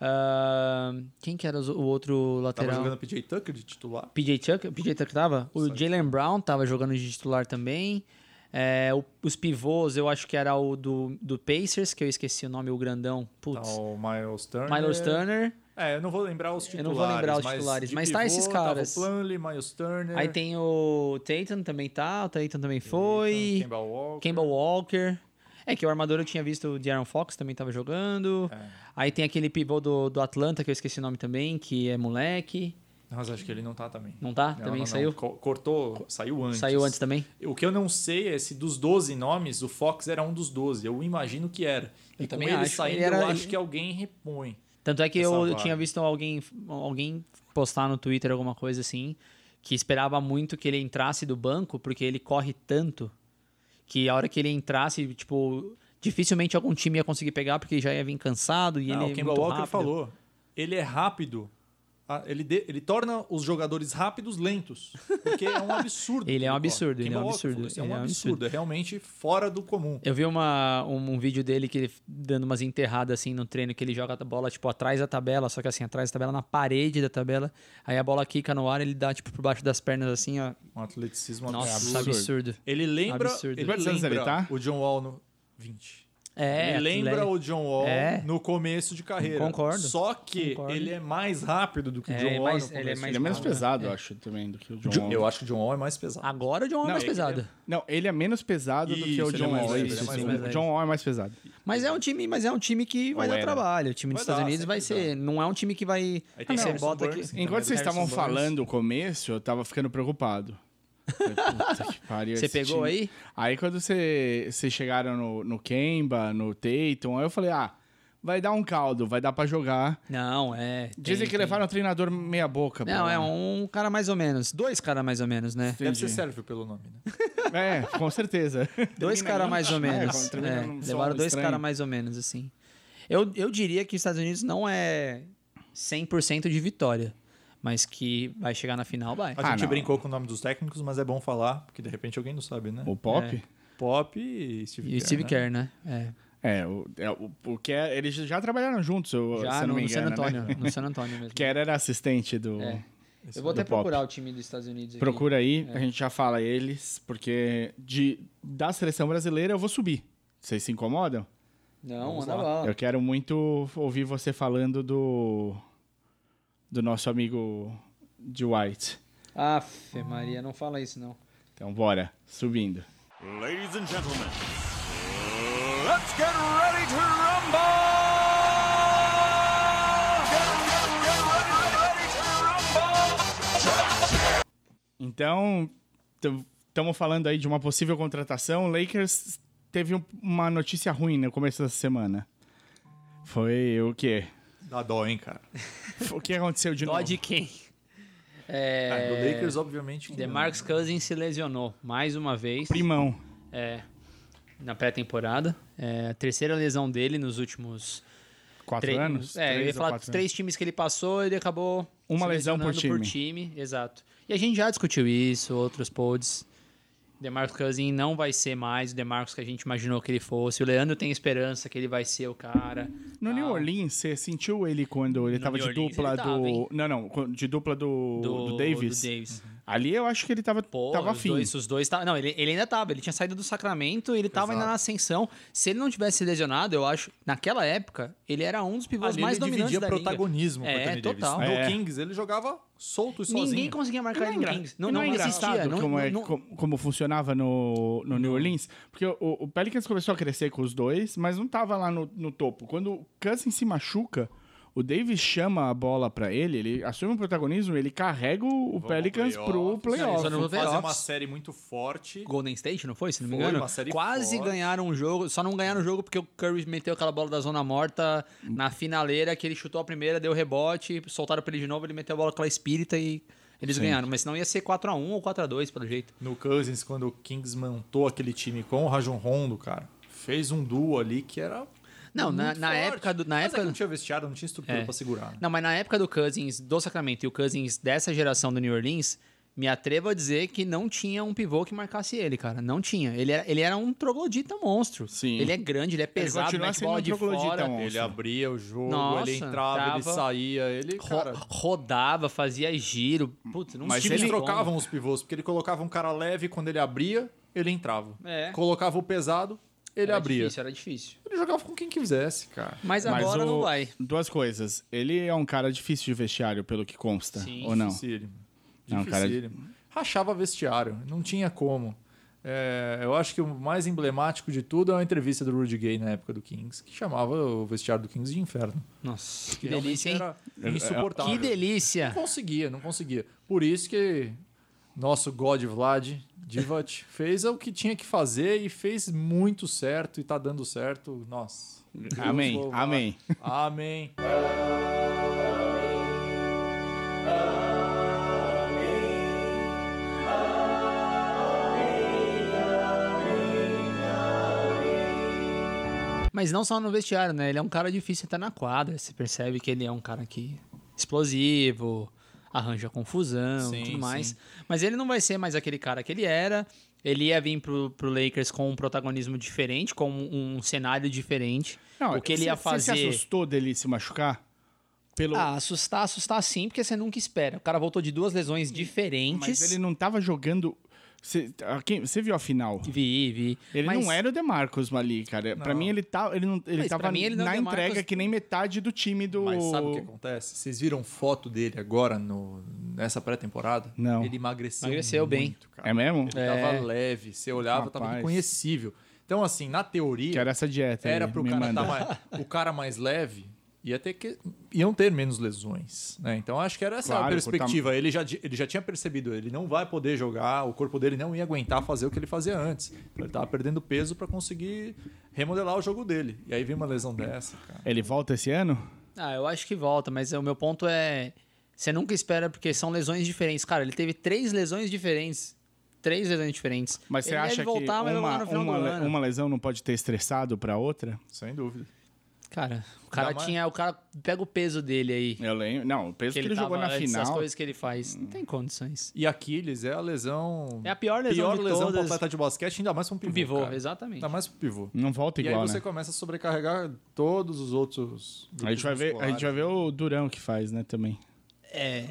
Ah, quem que era os- o outro Tava lateral? jogando PJ Tucker de titular. PJ Tucker, PJ Tucker tava? O Jalen Brown tava jogando de titular também. É, o- os pivôs, eu acho que era o do, do Pacers, que eu esqueci o nome, o grandão. Tá Putz. o Miles Turner. Miles Turner. É, eu não vou lembrar os Eu titulares. não vou lembrar os titulares, de mas tá pivô, esses caras. Tava o Plumlee, Miles Turner. então, Aí tem o Tatum também tá, o Tatum também foi. Kemba Walker. Kemba Walker. É que o armador eu tinha visto o De'Aaron Fox também tava jogando. Aí tem aquele pivô do, do Atlanta, que eu esesqueci o nome também, que é moleque. Mas acho que ele não tá também. Não tá? Não, também não, não. saiu? Co- Cortou, saiu antes. Saiu antes também? O que eu não sei é se dos 12 nomes, o Fox era um dos 12. Eu imagino que era. Eu e com também ele acho. saindo, Ele era- eu acho ele- que alguém repõe. Tanto é que Essa eu vaga. tinha visto alguém, alguém postar no Twitter alguma coisa assim, que esperava muito que ele entrasse do banco, porque ele corre tanto, que a hora que ele entrasse, tipo, dificilmente algum time ia conseguir pegar, porque já ia vir cansado e Ah, ele o é Kemba muito Walker rápido. falou. Ele é rápido. Ah, Ele, de- ele torna os jogadores rápidos lentos. Porque é um absurdo. Ele é um corre. absurdo, ele Kemba é um Walker absurdo, falou isso, É ele um é um absurdo. absurdo. É realmente fora do comum. Eu vi uma, um, um vídeo dele que ele f- dando umas enterradas assim no treino, que ele joga a bola, tipo, atrás da tabela, só que assim, atrás da tabela, na parede da tabela. Aí a bola quica no ar, ele dá, tipo, por baixo das pernas, assim, ó. Um atleticismo Nossa, é absurdo. absurdo. Ele lembra, Absurdo. Ele Quantos anos lembra ele tá? o John Wall no 20. É, ele lembra atleta- o John Wall É. no começo de carreira. Concordo. Só que Concordo. ele é mais rápido do que o É, John Wall mas no ele é começo. de mais Ele é menos calma. pesado, eu acho, também, do que o John John- Wall. Eu acho que o John Wall é mais pesado. Agora o John é Não, mais é que ele pesado. Não, ele é menos pesado do que Isso, o ele é John mais Wall. leve, Isso, ele é mais sim. leve. o John Wall é mais pesado. Mas é um time, mas é um time que vai Ou dar era. trabalho. O time dos Vai Estados dar, Unidos vai sempre ser, não é um time que vai Aí tem você Harrison bota Burns, aqui, Também Enquanto vocês Harrison estavam Burns. falando o começo, eu tava ficando preocupado. Falei, Puta que pariu, Você esse pegou time. aí? Aí quando você- vocês chegaram no, no Kemba, no Tatum, aí eu falei, ah, vai dar um caldo, vai dar pra jogar. Não, é. Dizem tem- que levaram um treinador meia boca. Não, pô. é um cara mais ou menos, dois cara mais ou menos, né? Deve ser Entendi. sérvio pelo nome, né? É, com certeza. Dois Termina caras em- mais ou É, menos. quando termina É, num som levaram dois estranho. caras mais ou menos, assim. Eu, eu diria que os Estados Unidos não é 100% de vitória, mas que vai chegar na final, vai. A Ah, gente não. brincou com o nome dos técnicos, mas é bom falar, porque de repente alguém não sabe, né? O Pop? É. Pop e E Steve o Kerr, Steve né? Kerr, né? É, É, o, é, o, o Kerr, eles já trabalharam juntos, eu, já se eu no, não me no San engano, Antonio, né? no San Antonio mesmo. Kerr era assistente do... É. Eu vou do até Pop. procurar o time dos Estados Unidos aqui. Procura aí, a gente já fala eles, porque de, da seleção brasileira eu vou subir. Vocês se incomodam? Não, Vamos anda lá. lá. Eu quero muito ouvir você falando do do nosso amigo de White. Aff, Maria, não fala isso não. Então bora, subindo. Let's get ready to rumble! Então, estamos falando aí de uma possível contratação. O Lakers teve um- uma notícia ruim no começo dessa semana. Foi o quê? Dá dó, hein, cara. O que aconteceu de Dó novo? de quem? Ah, do É, Lakers, obviamente. que não. DeMarcus Cousins se lesionou mais uma vez Primão. é, na pré-temporada. É, a terceira lesão dele nos últimos Quatro três anos? É, eu ia Três ou falar quatro dos três times que ele passou, ele acabou. Uma se lesão por lesionando time, Exato. E a gente já discutiu isso, outros pods. Demarcus Cousins não vai ser mais o Demarcus que a gente imaginou que ele fosse. O Leandro tem esperança que ele vai ser o cara. Ah, No New tal. Orleans, você sentiu ele quando ele No tava New de Orleans dupla ele tava, do. hein? não, não, quando- de dupla do, do, Davis. do Davis. Ali eu acho que ele tava, Pô, tava os afim. dois, os dois tá- Não, ele, ele ainda tava. Ele tinha saído do Sacramento, ele tava ainda na ascensão. Se ele não tivesse se lesionado, eu acho. Naquela época, ele era um dos pivôs Ali mais ele dominantes dividia da liga. protagonismo com É, o Anthony total. Davis. No É. Kings, ele jogava solto e sozinho. Ninguém conseguia marcar ele no Kings. Não, E não, é existia. engraçado não- como, é- não- como, como funcionava no, no New Orleans? Porque o, o Pelicans começou a crescer com os dois, mas não tava lá no, no topo. Quando o Cousins se machuca, o Davis chama a bola pra ele, ele assume o protagonismo, ele carrega o pro Pelicans pro playoffs. playoff. Não, isso Foram fazer playoffs. uma série muito forte. Golden State, não foi? Se não me Foi, engano. uma série Quase forte. ganharam um jogo, só não ganharam o jogo porque o Curry meteu aquela bola da zona morta na finaleira, que ele chutou a primeira, deu rebote, soltaram pra ele de novo, ele meteu a bola com a espírita e eles ganharam. Mas senão ia ser 4x1 ou 4x2, pelo jeito. No Cousins, quando o Kings montou aquele time com o Rajon Rondo, cara, fez um duo ali que era Não, na, muito na forte. época do. Na Mas é época... que não tinha vestiário, não tinha estrutura É. pra segurar. né? Não, mas na época do Cousins do Sacramento e o Cousins dessa geração do New Orleans, me atrevo a dizer que não tinha um pivô que marcasse ele, cara. Não tinha. Ele era, ele era um troglodita monstro. Sim. Ele é grande, ele é pesado, ele continua mete sendo bola um de troglodita fora. monstro. Ele abria o jogo, Nossa, ele entrava, tava- ele saía, ele, Ro- cara... rodava, fazia giro. Putz, não Os tinha times como. trocavam os pivôs, porque ele colocava um cara leve quando ele abria, ele entrava. É. Colocava o pesado, ele Era abria. difícil, era difícil. Ele jogava com quem quisesse, cara. Mas Mas agora o- não vai. Duas coisas. Ele é um cara difícil de vestiário, pelo que consta, Sim, ou não? Dificílimo. Não, cara- Dificílimo. Rachava vestiário, não tinha como. É, eu acho que o mais emblemático de tudo é uma entrevista do Rudy Gay na época do Kings, que chamava o vestiário do Kings de inferno. Nossa, que Realmente delícia, hein? era É, insuportável. Que delícia. Não conseguia, não conseguia. Por isso que nosso God Vlad Divac fez o que tinha que fazer e fez muito certo e tá dando certo. Nossa. Amém, Deus louvado. amém. Amém. Mas não só no vestiário, né? Ele é um cara difícil até na quadra. Você percebe que ele é um cara que explosivo, arranja confusão Sim, e tudo mais. sim. Mas ele não vai ser mais aquele cara que ele era. Ele ia vir pro, pro Lakers com um protagonismo diferente, com um, um cenário diferente. o que ele ia Você se fazer. assustou dele se machucar? Pelo... Ah, assustar, assustar sim, porque você nunca espera. O cara voltou de duas lesões diferentes. mas ele não tava jogando... Você, ah, quem- você viu a final? Vi, vi. Ele Mas- não era o Demarcos ali, cara. Pra Não. mim, ele, tá, ele, não, ele Mas tava pra mim, ele não é o na DeMarcus. entrega que nem metade do time do... Mas sabe o que é acontece? Vocês viram foto dele agora no, nessa pré-temporada? Não. Ele emagreceu. Emagreceu bem. muito, cara. É mesmo? Ele É. tava leve, você olhava, tava Rapaz. reconhecível. Então, assim, na teoria. Que era essa dieta era aí, pro me cara manda. tá mais, o cara mais leve ia ter que iam ter menos lesões, né? Então acho que era essa Claro, a com perspectiva. Ele já di- ele já tinha percebido, ele não vai poder jogar, o corpo dele não ia aguentar fazer o que ele fazia antes. Então, ele tava perdendo peso pra conseguir remodelar o jogo dele. E aí vem uma lesão dessa, cara. Ele volta esse ano? Ah, eu acho que volta, mas o meu ponto é. Você nunca espera, porque são lesões diferentes. Cara, ele teve três lesões diferentes. Três lesões diferentes. Mas você Ele deve acha que voltar, mas vai voltar uma, no final uma, do le- ano. uma lesão não pode ter estressado pra outra? Sem dúvida. Cara, o cara Ainda mais- tinha. O cara pega o peso dele aí. Eu lembro. Não, o peso que ele, tava jogou na antes, As final... Hum. coisas que ele faz. Não tem condições. E Aquiles é a lesão É a pior lesão pior de lesão pro todas. atleta de basquete, ainda mais pra um pivô. Pivô, cara. exatamente. Tá Ainda mais pro pivô. Não volta e aí igual, você né? começa a sobrecarregar todos os outros. A gente, vai ver, a gente vai ver o Durão que faz, né, também. É.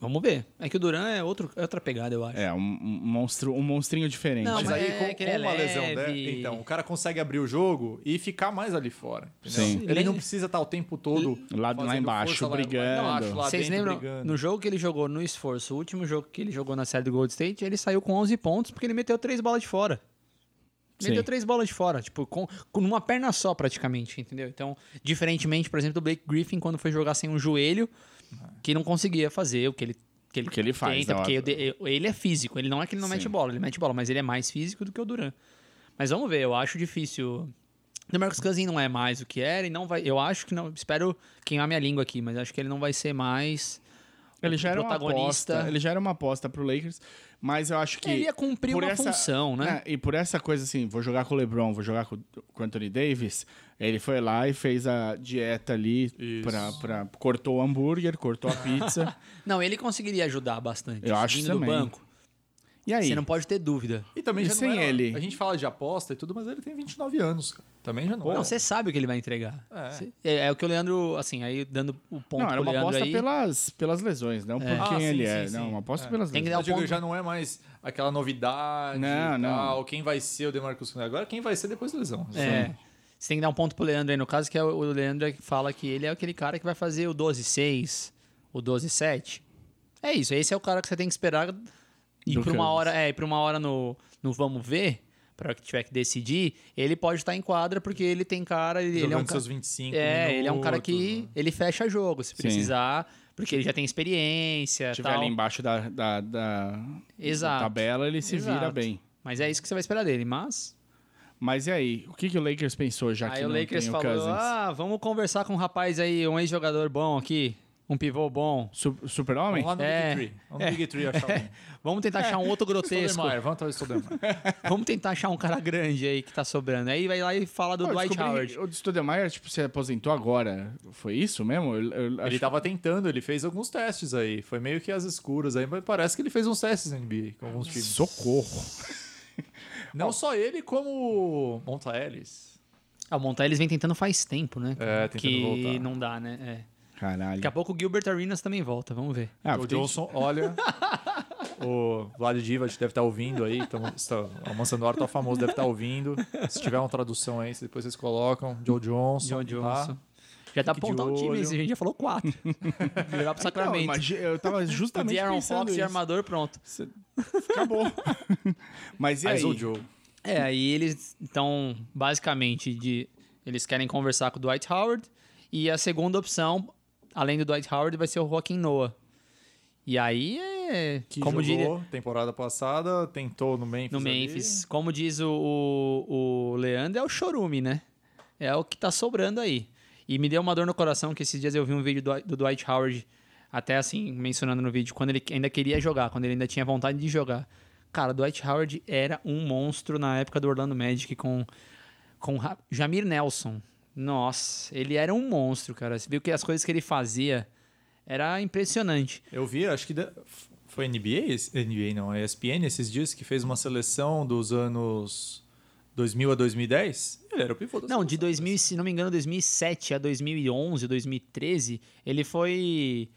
Vamos ver. É que o Duran é, outro, é outra pegada, eu acho. É, um, um monstro, um monstrinho diferente. Não, Mas mas aí, é com, que com ele é uma lesão dessa, leve. então, o cara consegue abrir o jogo e ficar mais ali fora. entendeu? Sim. Ele não precisa estar o tempo todo Lá- lá fazendo embaixo, força, lá- brigando. Lá, embaixo, lá Vocês dentro, lembram? brigando. No jogo que ele jogou no esforço, o último jogo que ele jogou na série do Gold State, ele saiu com 11 pontos porque ele meteu três bolas de fora. Meteu Sim. três bolas de fora, tipo, com, com uma perna só praticamente, entendeu? Então, diferentemente, por exemplo, do Blake Griffin quando foi jogar sem um joelho, que não conseguia fazer o que ele Que ele, Que ele faz, tenta, né? porque eu de- eu- ele é físico, ele não é que ele não mete Sim. bola, ele mete bola, mas ele é mais físico do que o Duran. Mas vamos ver, eu acho difícil. O Marcos Cousins não é mais o que era e não vai. Eu acho que não. Espero queimar minha língua aqui, mas acho que ele não vai ser mais. Ele já era uma protagonista. aposta. Ele já era uma aposta pro Lakers, mas eu acho que. Ele ia cumprir por uma essa- função, né? É, e por essa coisa assim, vou jogar com o LeBron, vou jogar com, com o Anthony Davis, ele foi lá e fez a dieta ali, pra, pra- cortou o hambúrguer, cortou a pizza. Não, ele conseguiria ajudar bastante. Eu acho vindo do também. banco. e aí? Você não pode ter dúvida. E também E já sem não era- ele? A gente fala de aposta e tudo, mas ele tem 29 anos, cara. Também já não. Não, era. você sabe o que ele vai entregar. É. Cê- É, é o que o Leandro, assim, aí dando o ponto Não, era pro uma Leandro aposta aí. pelas, pelas lesões, não por Ah, quem sim, ele sim, é. sim. Não, uma aposta É. pelas Tem que lesões. dar o Eu digo, ponto. já não é mais aquela novidade Não, e não. tal, quem vai ser o Demarcus Cousins. Agora quem vai ser depois da lesão. É. Você tem que dar um ponto pro Leandro aí, no caso, que é o o Leandro é que fala que ele é aquele cara que vai fazer o 12-6, o 12-7. É isso, esse é o cara que você tem que esperar e Do pra uma Kansas. hora, é, ir pra uma hora no, no vamos ver, pra que tiver que decidir, ele pode estar em quadra porque ele tem cara, ele, ele é um Jogando cara, seus 25 é, ele é um cara que minutos, ele fecha jogo se né? Sim. precisar, porque ele já tem experiência, Se tiver tal. ali embaixo tá da, da, da- Exato. da tabela, ele se vira Exato. bem. Mas é isso que você vai esperar dele, mas Mas e aí? O que, que o Lakers pensou já que aí o não Lakers tem o falou: Cousins? Ah, vamos conversar com um rapaz aí, um ex-jogador bom aqui, um pivô bom. Su- né? Super-Homem? Vamos lá no É. Big Tree. Vamos no Big Tree achar um. Vamos É, tentar achar um outro grotesco. Stoudemire, vamos atrás do Stoudemire. vamos tentar achar um cara grande aí que tá sobrando. Aí vai lá e fala do Pô, eu Dwight descobri- Howard. O Stoudemire, tipo, se aposentou agora. Foi isso mesmo? Eu- eu acho Ele que- tá tava tentando, ele fez alguns testes aí. Foi meio que às escuras aí, mas parece que ele fez uns testes na NBA com alguns times. Socorro. Não só ele, como o Monta Ellis. Ah, o Monta eles vem tentando faz tempo, né? É, tentando que voltar. não dá, né? É. Caralho. Daqui a um pouco o Gilbert Arenas também volta, vamos ver. Ah, o tem- Johnson, olha. O Vlad Divac deve estar ouvindo aí. Então, está, a Mansão do Ar tá famoso, deve estar ouvindo. Se tiver uma tradução aí, depois vocês colocam. Joe Johnson. John tá? Johnson. Já tá Fique de apontando o time, olho. esse a gente já falou quatro. Melhor Não, pro Sacramento. imagi- Então, eu tava O justamente De'Aaron pensando Fox e isso. armador, pronto. Acabou. Mas e aí? Mas o um Joe. É, aí eles então basicamente de eles querem conversar com o Dwight Howard e a segunda opção, além do Dwight Howard, vai ser o Joaquim Noah. E aí é Que como diria jogou temporada passada, tentou no Memphis. no ali. Memphis, como diz o, o, o Leandro, é o chorume, né? É o que tá sobrando aí. E me deu uma dor no coração que esses dias eu vi um vídeo do, do Dwight Howard, até assim, mencionando no vídeo, quando ele ainda queria jogar, quando ele ainda tinha vontade de jogar. Cara, o Dwight Howard era um monstro na época do Orlando Magic com, com Ra- Jamir Nelson. Nossa, ele era um monstro, cara. Você viu que as coisas que ele fazia era impressionante. Eu vi, acho que da- foi NBA, esse- NBA não, é a ESPN esses dias que fez uma seleção dos anos 2000 a 2010. Ele era o pivô da Não, de seleção. 2000, se não me engano, 2007 a 2011, 2013, ele foi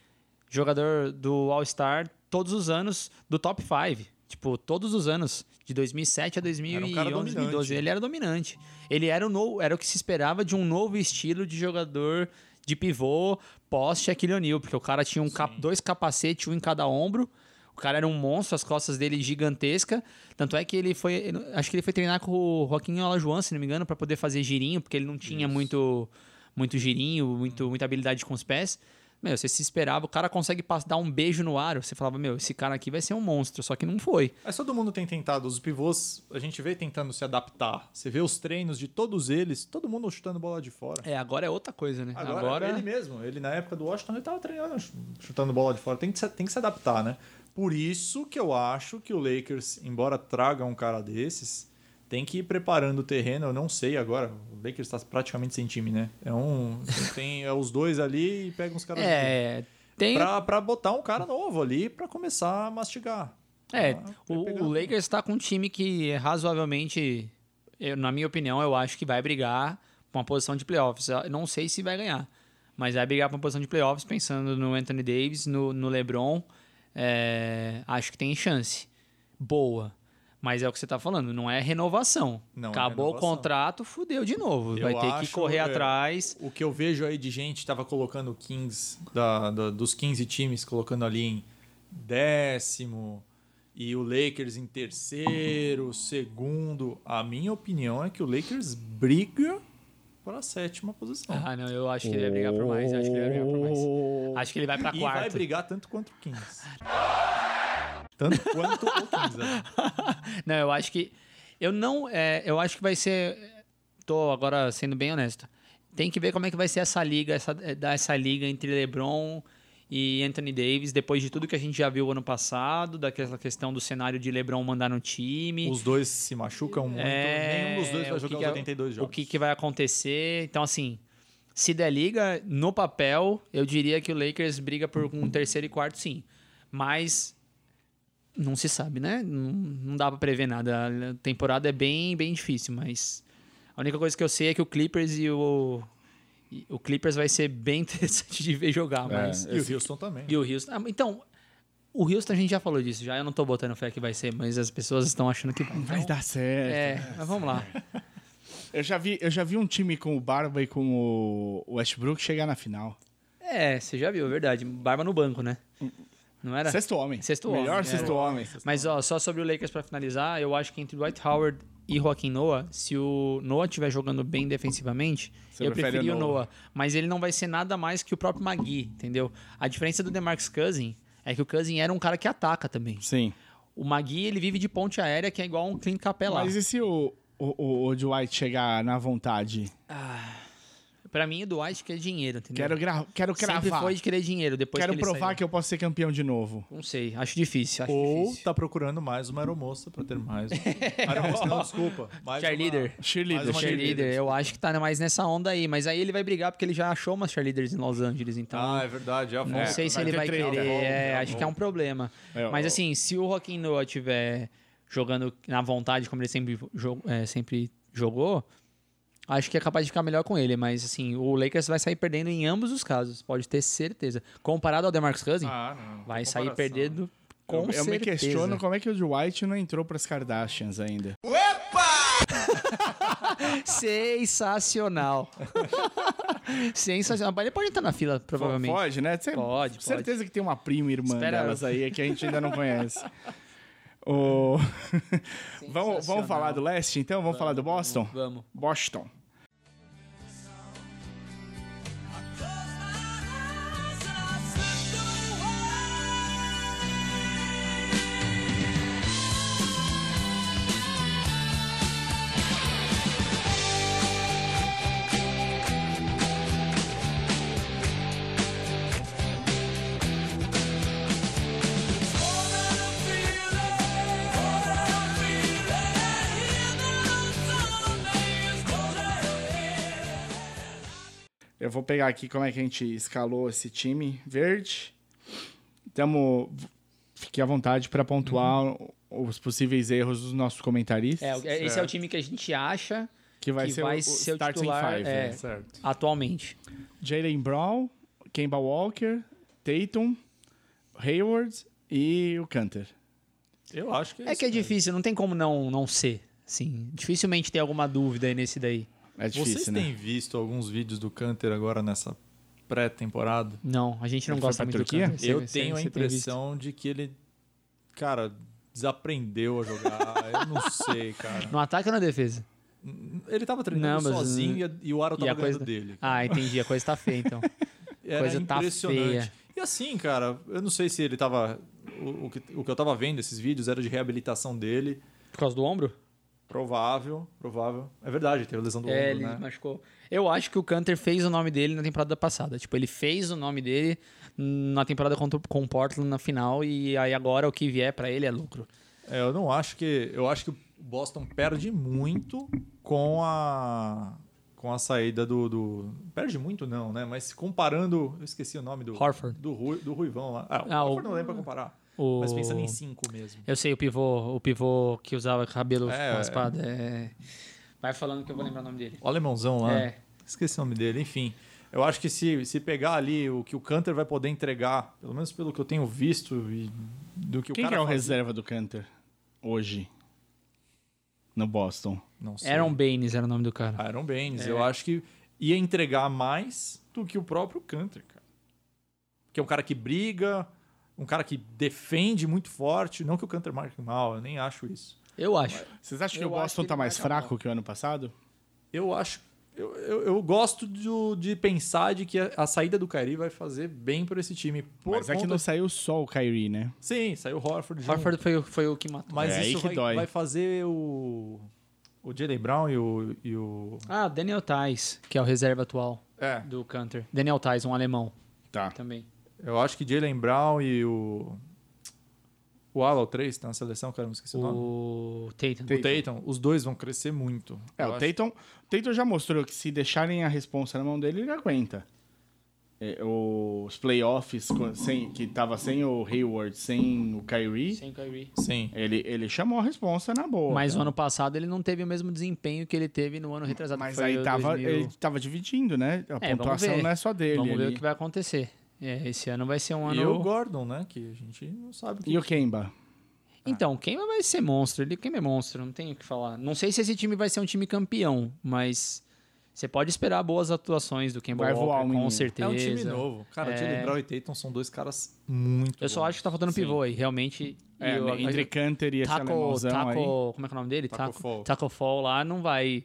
jogador do All-Star todos os anos do top 5. Tipo, todos os anos, de 2007 a 2011, cara 2012, dominante. ele era dominante. Ele era o novo, era o que se esperava de um novo estilo de jogador de pivô pós-Shaquille O'Neal, porque o cara tinha um cap- dois capacetes, um em cada ombro. O cara era um monstro, as costas dele gigantesca. Tanto é que ele foi. ele- Acho que ele foi treinar com o Joaquim Olajuwon, se não me engano, pra poder fazer girinho, porque ele não tinha muito muito girinho, Uhum. muito, muita habilidade com os pés. Meu, você se esperava, o cara consegue pas- dar um beijo no ar. Você falava, meu, esse cara aqui vai ser um monstro, só que não foi. Mas todo mundo tem tentado, os pivôs, a gente vê tentando se adaptar. Você vê os treinos de todos eles, todo mundo chutando bola de fora. É, agora é outra coisa, né? Agora, ele mesmo, ele na época do Washington, ele tava treinando, ch- chutando bola de fora. Tem que, se, tem que se adaptar, né? Por isso que eu acho que o Lakers, embora traga um cara desses, tem que ir preparando o terreno. Eu não sei agora. O Lakers tá praticamente sem time, né? É um. Tem é os dois ali e pega uns caras. É, tem. Pra, pra botar um cara novo ali pra começar a mastigar. É, Pra- pra o, Ah, pegar. o Lakers tá com um time que é razoavelmente, eu- na minha opinião, eu acho que vai brigar pra uma posição de playoffs. Eu não sei se vai ganhar, mas vai brigar pra uma posição de playoffs pensando no Anthony Davis, no, no LeBron. É, acho que tem chance. Boa. Mas é o que você tá falando, não é renovação. Não é Acabou renovação. o contrato, fudeu de novo. Eu vai ter que acho, correr é, atrás. O que eu vejo aí de gente tava colocando o Kings, da, da- dos 15 times, colocando ali em décimo, e o Lakers em terceiro, segundo. A minha opinião é que o Lakers briga para a sétima posição. Ah, não, eu acho que ele vai brigar por mais. Eu acho que ele vai brigar por mais. A Acho que ele vai pra E vai quarto. brigar tanto quanto o 15. tanto quanto o 15. né? Não, eu acho que. Eu não. é, eu acho que vai ser. Tô agora sendo bem honesto. Tem que ver como é que vai ser essa liga, essa, é, dar essa liga entre LeBron e Anthony Davis, depois de tudo que a gente já viu ano passado, daquela questão do cenário de LeBron mandar no time. Os dois se machucam muito. É, Nenhum dos dois vai o que jogar que os é- 82 o jogos. que, que vai acontecer. Então, assim, se der liga, no papel, eu diria que o Lakers briga por um terceiro e quarto, sim. Mas não se sabe, né? Não, não dá pra prever nada. A temporada é bem, bem difícil, mas a única coisa que eu sei é que o Clippers e o. e O Clippers vai ser bem interessante de ver jogar, mas. E o Houston também. E o Houston. Ah, então, o Houston a gente já falou disso, já. Eu não tô botando fé que vai ser, mas as pessoas estão achando que vai. Vai dar certo. É, mas vamos lá. Eu, já vi, eu já vi um time com o Barba e com o Westbrook chegar na final. É, você já viu, é verdade. Barba no banco, né? Não era? Sexto homem. Sexto Melhor homem, é. sexto era. homem. Mas ó, só sobre o Lakers pra finalizar, eu acho que entre Dwight Howard e Joaquim Noah, se o Noah estiver jogando bem defensivamente, Você eu prefere preferia o o Noah. Noah. Mas ele não vai ser nada mais que o próprio Magui, entendeu? A diferença do DeMarcus Cousin é que o Cousin era um cara que ataca também. Sim. O Magui, ele vive de ponte aérea, que é igual um Clint Capela. Mas e se o, o, o, o Dwight chegar na vontade? Pra mim, o Dwight quer dinheiro, entendeu? Quero, gra quero cravar. Sempre foi de querer dinheiro, depois Quero que ele provar saiu. que eu posso ser campeão de novo. Não sei, acho difícil, acho Ou difícil. tá procurando mais uma aeromoça pra ter mais. um- aeromoça, não, desculpa. Mais Cheerleader. Uma... Cheerleader. Mais uma Cheerleader, eu acho que tá mais nessa onda aí, mas aí ele vai brigar porque ele já achou umas cheerleaders em Los Angeles, então. Ah, é verdade. É a não volta. sei se ele ter vai treta. querer, é, Volta, acho que é um problema. É, mas ó. assim, se o Joaquim Noah tiver jogando na vontade, como ele sempre, jo- é, sempre jogou, acho que é capaz de ficar melhor com ele, mas assim, o Lakers vai sair perdendo em ambos os casos, pode ter certeza. Comparado ao DeMarcus Cousins, Ah, não. vai Comparação. sair perdendo com eu, eu certeza. me questiono como é que o Dwight não entrou pras Kardashians ainda. Sensacional. Sensacional. Mas Ele pode entrar na fila, provavelmente. Pode, né? Cê- Pode, pode. Certeza que tem uma prima e irmã Espera- delas aí é que a gente ainda não conhece. O- vamos, vamos falar do leste, então? Vamos, falar do Boston? Vamos. Boston. Eu vou pegar aqui como é que a gente escalou esse time verde. Tamo... Fique à vontade para pontuar os possíveis erros dos nossos comentaristas. É, esse é o time que a gente acha que vai que ser vai o, o ser o starting titular, five. é. né? Certo. atualmente. Jalen Brown, Kemba Walker, Tatum, Hayward e o Canter. Eu acho que é, É isso, que é cara. difícil, não tem como não, não ser. Sim, dificilmente tem alguma dúvida aí nesse daí. É difícil, Vocês né? têm visto alguns vídeos do Canter agora nessa pré-temporada? Não, a gente não Ele foi pra gosta muito do Turquia? Kanter. Você- Eu você- tenho a você tem visto. impressão de que ele, cara, desaprendeu a jogar. eu não sei, cara. No ataque ou na defesa? Ele tava treinando Não, mas- uh, sozinho e a- e o Aro E tava a ganhando coisa dele. Ah, entendi. A coisa tá feia, então. Era coisa tá impressionante. feia. e assim, cara, eu não sei se ele tava. O, o que, o que eu tava vendo esses vídeos era de reabilitação dele. Por causa do ombro? Provável, provável. É verdade, ele teve lesão do É, ele ombro, né? machucou. Eu acho que o Canter fez o nome dele na temporada passada. Tipo, ele fez o nome dele na temporada contra, com o Portland na final e aí agora o que vier pra ele é lucro. É, eu não acho que. Eu acho que o Boston perde muito com a. Com a saída do, do- Perde muito, não, né? Mas comparando. Eu esqueci o nome do. Horford. Do, Ru- do Ruivão lá. Ah, o Ah, o- Horford não lembro pra comparar. O- Mas pensando em cinco mesmo. Eu sei, o pivô, o pivô que usava cabelo É, com é. a espada. é. Vai falando que eu vou lembrar o nome dele. O alemãozão lá. É. Esqueci o nome dele, enfim. Eu acho que se, se pegar ali o que o Canter vai poder entregar, pelo menos pelo que eu tenho visto e do que Quem o que é cara o faz- reserva do Canter hoje no Boston? Não sei. Aaron Baines era o nome do cara. É. Aaron Baines. Eu acho que ia entregar mais do que o próprio Canter, cara. Que é um cara que briga, um cara que defende muito forte. Não que o Canter marque mal, eu nem acho isso. Eu acho. Vocês acham que Eu o acho Boston que tá ele mais vai acabar. fraco que o ano passado? Eu acho Eu, eu, eu gosto do- de pensar de que a, a saída do Kyrie vai fazer bem para esse time. Por Mas é que conta- não saiu só o Kyrie, né? Sim, saiu o Horford. junto. Horford foi, o- foi o que matou. Mas É aí isso que vai, dói. vai fazer o. O Jalen Brown e o. E o... Ah, Daniel Tais, que é o reserva atual É. do Cantor. Daniel Tais, um alemão Tá. também. Eu acho que Jalen Brown e o. O Alau 3 tá na seleção, cara, não esqueci o, nome. O Tatum. O Tatum, os dois vão crescer muito. É, Eu o acho- Tatum, o Tatum já mostrou que se deixarem a responsa na mão dele, ele aguenta. É, os playoffs co- sem, que tava sem o Hayward, sem o Kyrie, Sem Kyrie. Sim. ele, ele chamou a responsa na boa. tá? Mas o ano passado ele não teve o mesmo desempenho que ele teve no ano retrasado. que Mas foi aí o tava, 2000. ele tava dividindo, né? A É, vamos pontuação ver. não é só dele. Vamos ver ali. o que vai acontecer. É, esse ano vai ser um ano. E o Gordon, né? Que a gente não sabe o que. E o Kemba? Tá. Então, quem vai ser monstro? Ele quem é monstro, não tem o que falar. Não sei se esse time vai ser um time campeão, mas você pode esperar boas atuações do Kemba Vai Walker, voar o com menino. certeza. É um time novo. Cara, É. Jalen Brown e Tatum são dois caras muito. Eu só bons. acho que tá faltando pivô aí, realmente. E É, eu- né, entre Canter e esse Taco, alemãozão Taco, aí. como é que é o nome dele? Taco Fall. Taco Fall lá não vai,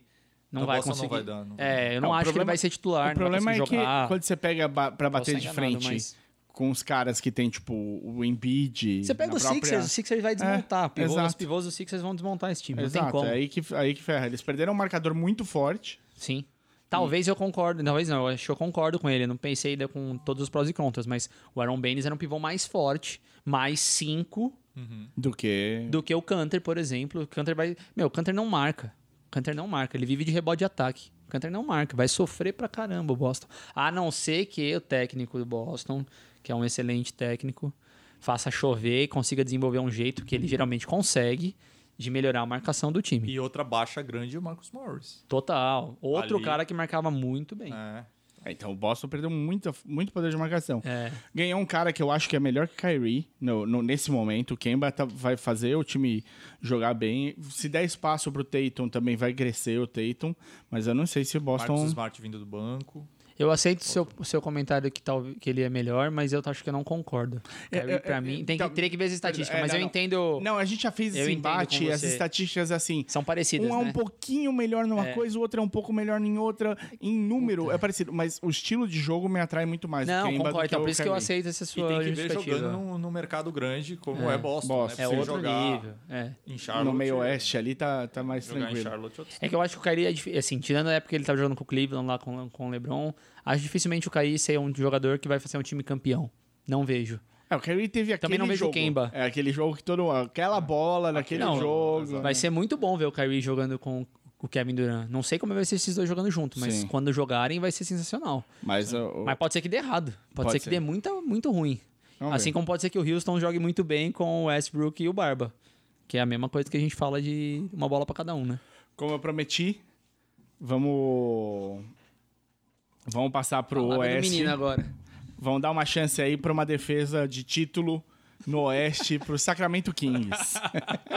não Na vai Boston não conseguir. vai dar, não vai É, eu É, não o acho que ele problema- vai ser titular. O problema é não vai que conseguir jogar. quando você pega ba- pra Posso bater de estar enganado, frente mas- com os caras que tem, tipo, o Embiid... Você pega na o própria- É, Sixers, o Sixers vai desmontar. Pivôs- exato. os pivôs do Sixers vão desmontar esse time. Não tem Exato, como. é aí que, aí que ferra. Eles perderam um marcador muito forte. Sim. Talvez eu concordo, talvez não, eu acho que eu concordo com ele. Eu não pensei ainda com todos os prós e contras, mas o Aaron Baines era um pivô mais forte, mais 5 Do que... do que o Canter, por exemplo. O Canter vai. Meu, o Canter não marca. O Canter não marca. Ele vive de rebote de ataque. O Canter não marca. Vai sofrer pra caramba o Boston. A não ser que o técnico do Boston, que é um excelente técnico, faça chover e consiga desenvolver um jeito que ele geralmente consegue de melhorar a marcação do time. E outra baixa grande é o Marcus Morris. Total. Outro Ali- cara que marcava muito bem. É. Ah, Então o Boston perdeu muita, muito poder de marcação. É. Ganhou um cara que eu acho que é melhor que Kyrie no, no- nesse momento. O Kemba tá- vai fazer o time jogar bem. Se der espaço pro Tatum, também vai crescer o Tatum. Mas eu não sei se o Marcus Boston... Smart vindo do banco. Eu aceito o seu, o seu comentário que, tal, que ele é melhor, mas eu acho que eu não concordo. É, Kyrie, é, pra é, mim, tem então- que, teria que ver as estatísticas, É, mas não, eu não. entendo. Não, a gente já fez Eu esse entendo com embate, você. as estatísticas assim... São parecidas, Um é um né? pouquinho melhor numa É. coisa, o outro é um pouco melhor em outra. Em número é parecido, mas o estilo de jogo me atrai muito mais. o Não, Kemba do concordo. Então, é o por isso que eu Kyrie. aceito essa E sua tem que ver justificativa. jogando num, num mercado grande como é, Boston. Boston. Né? É Pra você outro jogar nível. É. Em Charlotte. No meio-oeste ali tá, tá mais Jogar em tranquilo. Charlotte. outro- É que eu acho que o Kyrie é difícil. Assim, tirando a época que ele tava jogando com o Cleveland lá com, com o LeBron, acho dificilmente o Kyrie ser um jogador que vai fazer um time campeão. Não vejo. É, o Kyrie teve aquele Também não vejo o jogo. Kemba. É aquele jogo que todo aquela bola naquele Não, jogo. Vai ser muito bom ver o Kyrie jogando com o Kevin Durant. Não sei como vai ser esses dois jogando junto, mas Sim. quando jogarem vai ser sensacional. Mas, o- o- assim. Mas pode ser que dê errado. Pode, Pode ser que ser. dê muita, muito ruim. Vamos assim ver. como pode ser que o Houston jogue muito bem com o Westbrook e o Barba. Que é a mesma coisa que a gente fala de uma bola pra cada um, né? como eu prometi, vamos vamos passar pro Lá vai do Oeste. menino agora. Vamos dar uma chance aí pra uma defesa de título no Oeste pro Sacramento Kings.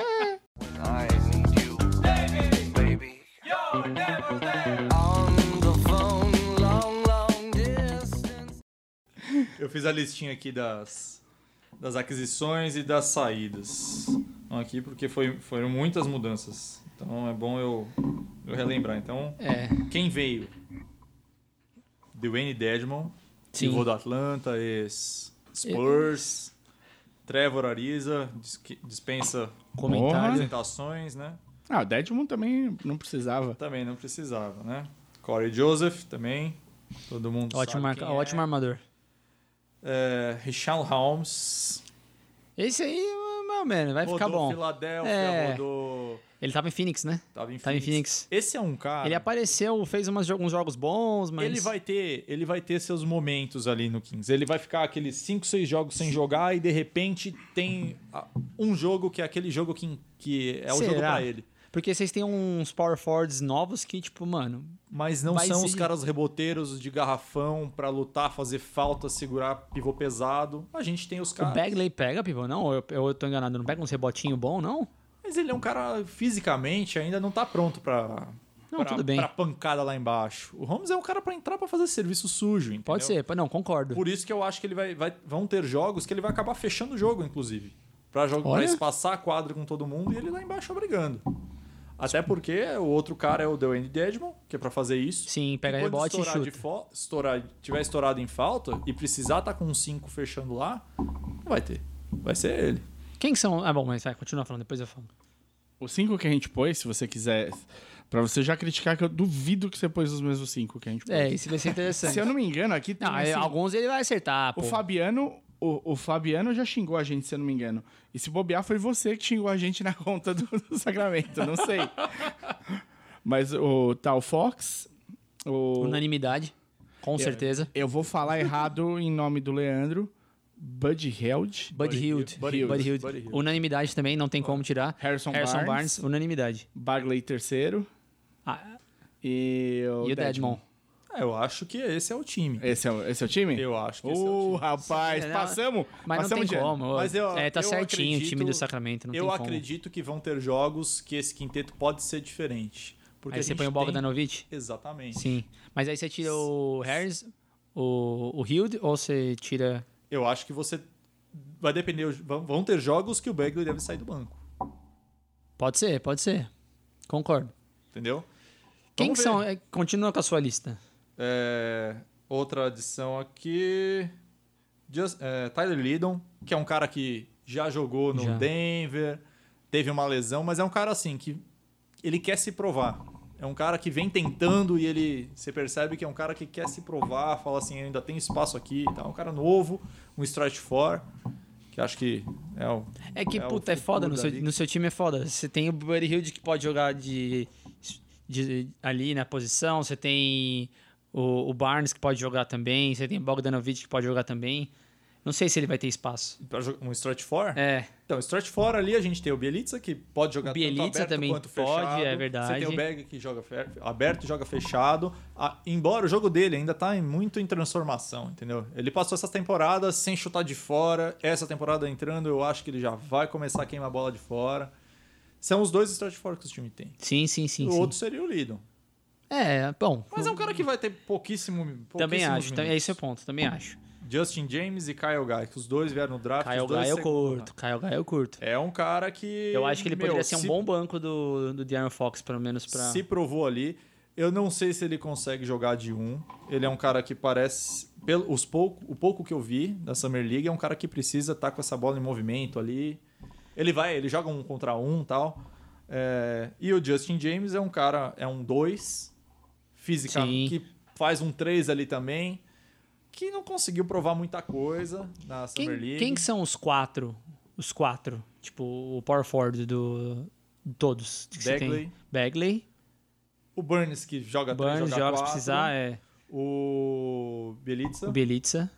I need you, baby, baby. On the phone, long, long distance. Eu fiz a listinha aqui das, das aquisições e das saídas. Então, Aqui, porque foi, foram muitas mudanças. Então é bom eu, eu relembrar. Então, É. quem veio? Dwayne Dedmon, Sim. pivô do Atlanta, ex Spurs, Trevor Ariza, dis- que dispensa Comentário. apresentações, né? ah, o Deadmond também não precisava. Também não precisava, né? Corey Joseph também, todo mundo Ótimo, sabe marca- quem é. ótimo armador. É, Richard Holmes, Esse aí, meu menos, vai rodou ficar bom. Filadélfia, É. rodou... Ele tava em Phoenix, né? Tava em, Tava em Phoenix. Phoenix. Esse é um cara... Ele apareceu, fez umas, jo- uns jogos bons, mas. Ele vai, ter, ele vai ter seus momentos ali no 15. Ele vai ficar aqueles 5, 6 jogos sem jogar e de repente tem ah, um jogo que é aquele jogo que, que é o jogo Será? pra ele. Porque vocês têm uns power forwards novos que, tipo, mano, Mas não Vai são se- os caras reboteiros de garrafão pra lutar, fazer falta, segurar pivô pesado. A gente tem os O caras. Bagley pega, pivô? Não, Ou eu, eu tô enganado. Não pega uns rebotinho bom, não? Mas ele é um cara fisicamente ainda não tá pronto pra. Não, pra, tudo bem. pra pancada lá embaixo. O Holmes é um cara pra entrar pra fazer serviço sujo, entendeu? Pode ser. Pô, Não, concordo. Por isso que eu acho que ele vai, vai- vão ter jogos que ele vai acabar fechando o jogo, inclusive. Pra, jogo, pra Olha. espaçar a quadra com todo mundo e ele lá embaixo brigando. Até porque o outro cara é o Dwayne Dedmon, que é pra fazer isso. Sim, pega Quando rebote e estourar chuta. de fo- estourar- tiver estourado em falta e precisar estar com um 5 fechando lá, não vai ter. Vai ser ele. Quem que são? Ah, bom, mas vai, continua falando, depois eu falo. Os cinco que a gente pôs, se você quiser. Pra você já criticar, que eu duvido que você pôs os mesmos cinco que a gente pôs. É, isso vai ser interessante. Se eu não me engano, aqui tem. Não, assim, é, alguns ele vai acertar, pô. O Fabiano. O, o Fabiano já xingou a gente, se eu não me engano. E se bobear, foi você que xingou a gente na conta do, do Sacramento, não sei. Mas o tal Fox. O, Unanimidade, com certeza. eu vou falar errado em nome do Leandro. Bud Held. Bud Hield. Buddy Buddy Hield, Hield. Buddy Hield. Unanimidade também, não tem como tirar. Harrison Harrison Barnes. Barnes, unanimidade. Bagley terceiro. Ah, E o, e o Deadmon. É, eu acho que esse é o time. Esse é, o- esse é o time? Eu acho que esse é o Ô, time. rapaz, É, não, passamos. Mas não passamos tem de ano. como. Mas eu- é, tá eu certinho o time acredito- do Sacramento, não eu tem como. acredito que vão ter jogos que esse quinteto pode ser diferente. Porque Aí a você gente põe o tem... Bogdanovic? Exatamente. Sim. Mas aí você tira o Harris, o, o Hield, ou você tira... Eu acho que você vai depender. Vão vão ter jogos que o Bagley deve sair do banco. Pode ser, pode ser. Concordo. Entendeu? Quem Vamos que ver. são? é, Continua com a sua lista. É, outra adição aqui. Just- é, Tyler Lydon, que é um cara que já jogou no Já. Denver, teve uma lesão, mas é um cara assim que ele quer se provar. É um cara que vem tentando e ele você percebe que é um cara que quer se provar, fala assim, ainda tem espaço aqui e tal. Um cara novo, um stretch four, que acho que é o É que, É o puta, é foda. No futuro seu, da liga. no seu time é foda. Você tem o Buddy Hilde que pode jogar de, de- ali na posição. Você tem o, o Barnes que pode jogar também. Você tem o Bogdanovic que pode jogar também. Não sei se ele vai ter espaço. pra jo- um stretch four. É, Então, stretch fora ali, a gente tem o Bielitsa, que pode jogar O Bielitsa tanto aberto também quanto pode, fechado. é verdade. Você tem o Beg que joga fe- aberto e joga fechado. Ah, embora o jogo dele ainda tá em, muito em transformação, entendeu? Ele passou essas temporadas sem chutar de fora. Essa temporada entrando, eu acho que ele já vai começar a queimar a bola de fora. São os dois stretch fora que o time tem. sim, sim, sim. o sim. outro seria o Lidon. É, bom. Mas é um cara que vai ter pouquíssimo pouquíssimos também acho. minutos. É esse é o ponto, também acho. Justin James e Kyle Guy, que os dois vieram no draft. Kyle os dois Guy eu segundo round. curto. Kyle Guy eu curto. É um cara que... Eu acho que ele meu, poderia ser um se bom banco do, do De'Aaron Fox, pelo menos pra... se provou ali. Eu não sei se ele consegue jogar de um. Ele é um cara que parece. Pelo, os pouco, o pouco que eu vi da Summer League é um cara que precisa estar com essa bola em movimento ali. Ele vai, ele joga um contra um e tal. É, e o Justin James é um cara, é um dois, física, Sim. que faz um três ali também, que não conseguiu provar muita coisa na Summer Quem, League. quem que são os quatro? Os quatro. Tipo, o power forward do... Todos. que você tem? Bagley. Bagley. O Burns, que joga Burns, três, joga joga, se quatro. né? precisar. É, O Bielitsa. o Bielitsa.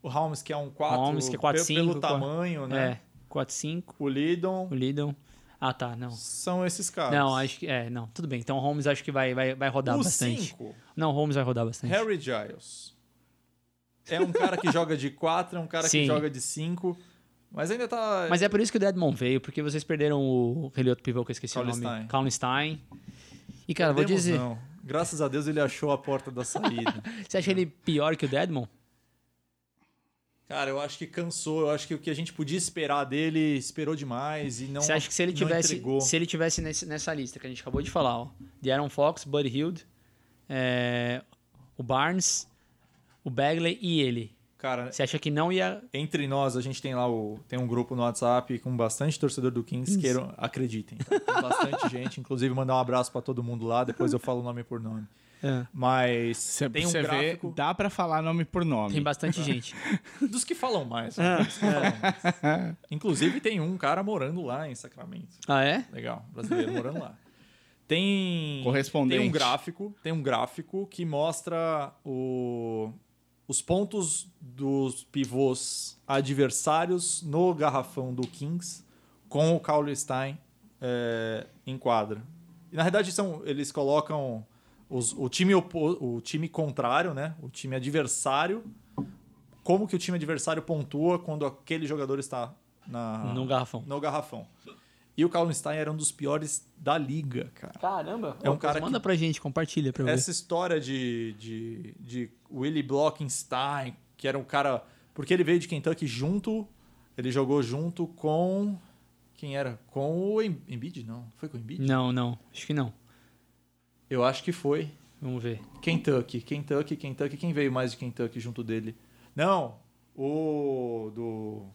O Holmes, que é um 4. Holmes, que é 4, pe- Pelo cinco, tamanho, né? É. 4, 5. O Lidon. O Lidon. Ah, tá. Não. São esses caras. Não, acho que... É, não. Tudo bem. Então o Holmes acho que vai, vai, vai rodar o bastante. 5, Não, o Holmes vai rodar bastante. Harry Giles. É um cara que joga de 4, é um cara Sim. que joga de 5. Mas ainda tá. Mas é por isso que o Deadmon veio, porque vocês perderam o aquele outro pivô que eu esqueci o nome. Kallenstein. Kallenstein. E, cara, vou Temos, dizer, Não. Graças a Deus ele achou a porta da saída. você acha ele pior que o Deadmon? cara, eu acho que cansou. Eu acho que o que a gente podia esperar dele esperou demais e não. Você acha que se ele Então, não tivesse, entregou. se ele tivesse nesse- nessa lista que a gente acabou de falar, ó, De'Aaron Fox, Buddy Hield, é, o Barnes, o Bagley e ele. Cara, Você acha que não ia... entre nós, a gente tem lá o, tem um grupo no WhatsApp com bastante torcedor do Kings, queiram, acreditem. tá? Tem bastante gente, inclusive mandar um abraço pra todo mundo lá, depois eu falo nome por nome. É. Mas Cê, tem um você vê, gráfico dá pra falar nome por nome. Tem bastante gente. dos que falam mais. né? Dos que falam mais. Inclusive tem um cara morando lá em Sacramento. Ah, é? Legal, brasileiro morando lá. Tem Correspondente. Tem um gráfico, tem um gráfico que mostra o- os pontos dos pivôs adversários no garrafão do Kings com o Caule Stein é, em quadra. E, na verdade são eles colocam os- o time opo- o time contrário, né? O time adversário como que o time adversário pontua quando aquele jogador está na, No garrafão. no garrafão. E o Calvin Stein era um dos piores da liga, cara. Caramba. É um cara Manda que- pra gente, compartilha pra eu ver. Essa história de, de, de Willie Blockenstein, que era um cara. Porque ele veio de Kentucky junto, ele jogou junto com. Quem era? Com o Em- Embiid? Não. Foi com o Embiid? Não, não. Acho que não. Eu acho que foi. Vamos ver. Kentucky, Kentucky, Kentucky. Quem veio mais de Kentucky junto dele? Não, o do.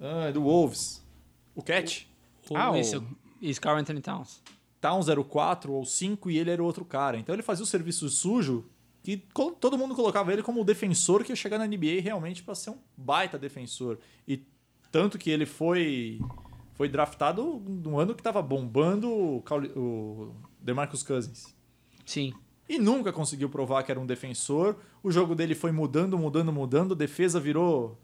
Ah, é do Wolves. O Cat. Ah, Ou o- esse, esse Carl Anthony Towns. Towns era o 4 um ou 5 e ele era o outro cara. Então ele fazia o serviço sujo que co- todo mundo colocava ele como o defensor que ia chegar na NBA realmente para ser um baita defensor. E tanto que ele foi foi draftado num ano que tava bombando o, Cauli- o DeMarcus Cousins. Sim. e nunca conseguiu provar que era um defensor. O jogo dele foi mudando, mudando, mudando. Defesa virou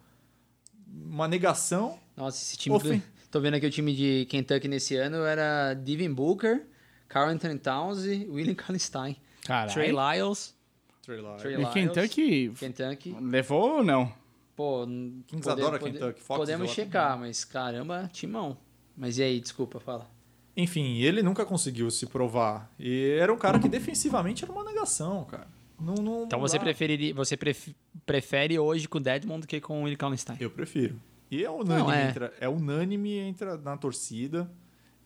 uma negação. Nossa, esse time. Ofen- do- Tô vendo aqui o time de Kentucky nesse ano era Devin Booker, Carl Anthony Towns e William Kallenstein. Caralho. Trey Lyles. Trey E tá Lyles. Kentucky Kentucky. levou ou não? Pô, Kings adora Kentucky, Fox podemos adora checar, mas caramba, timão. Mas e aí, desculpa, fala. Enfim, ele nunca conseguiu se provar. E era um cara que defensivamente era uma negação, cara. Não, não Então você dá. preferiria, você pref- prefere hoje com o Deadmond do que com o William Kallenstein? Eu prefiro. E é unânime, Não, é. Entre, é unânime entre a- na torcida.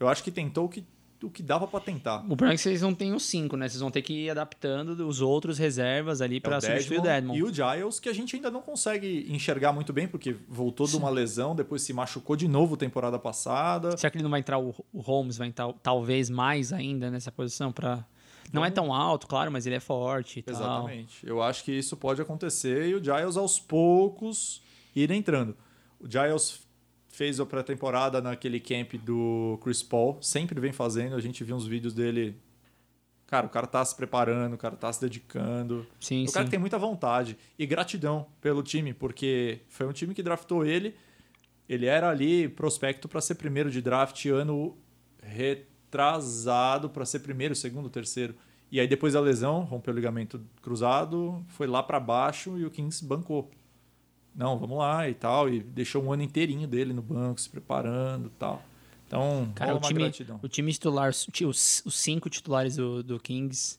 Eu acho que tentou o que, o que dava pra tentar. O problema é que vocês não têm os cinco, né? Vocês vão ter que ir adaptando os outros reservas ali pra É o substituir o Dedmon Deadmond. E o Giles, que a gente ainda não consegue enxergar muito bem, porque voltou de uma lesão, depois se machucou de novo temporada passada. Será que ele não vai entrar o, o Holmes, vai entrar talvez mais ainda nessa posição para Não é tão alto, claro, mas ele é forte e tal. Exatamente. Eu acho que isso pode acontecer e o Giles aos poucos ir entrando. O Giles fez a pré-temporada naquele camp do Chris Paul, sempre vem fazendo, a gente viu uns vídeos dele. Cara, o cara tá se preparando, o cara tá se dedicando. Sim, o sim. cara que tem muita vontade e gratidão pelo time, porque foi um time que draftou ele. Ele era ali prospecto para ser primeiro de draft ano retrasado para ser primeiro, segundo, terceiro. E aí depois da lesão, rompeu o ligamento cruzado, foi lá para baixo e o Kings bancou. Não, vamos lá e tal, e deixou um ano inteirinho dele no banco, se preparando e tal. Então, Cara, rola o uma time, gratidão. o time titular, os, os cinco titulares do, do Kings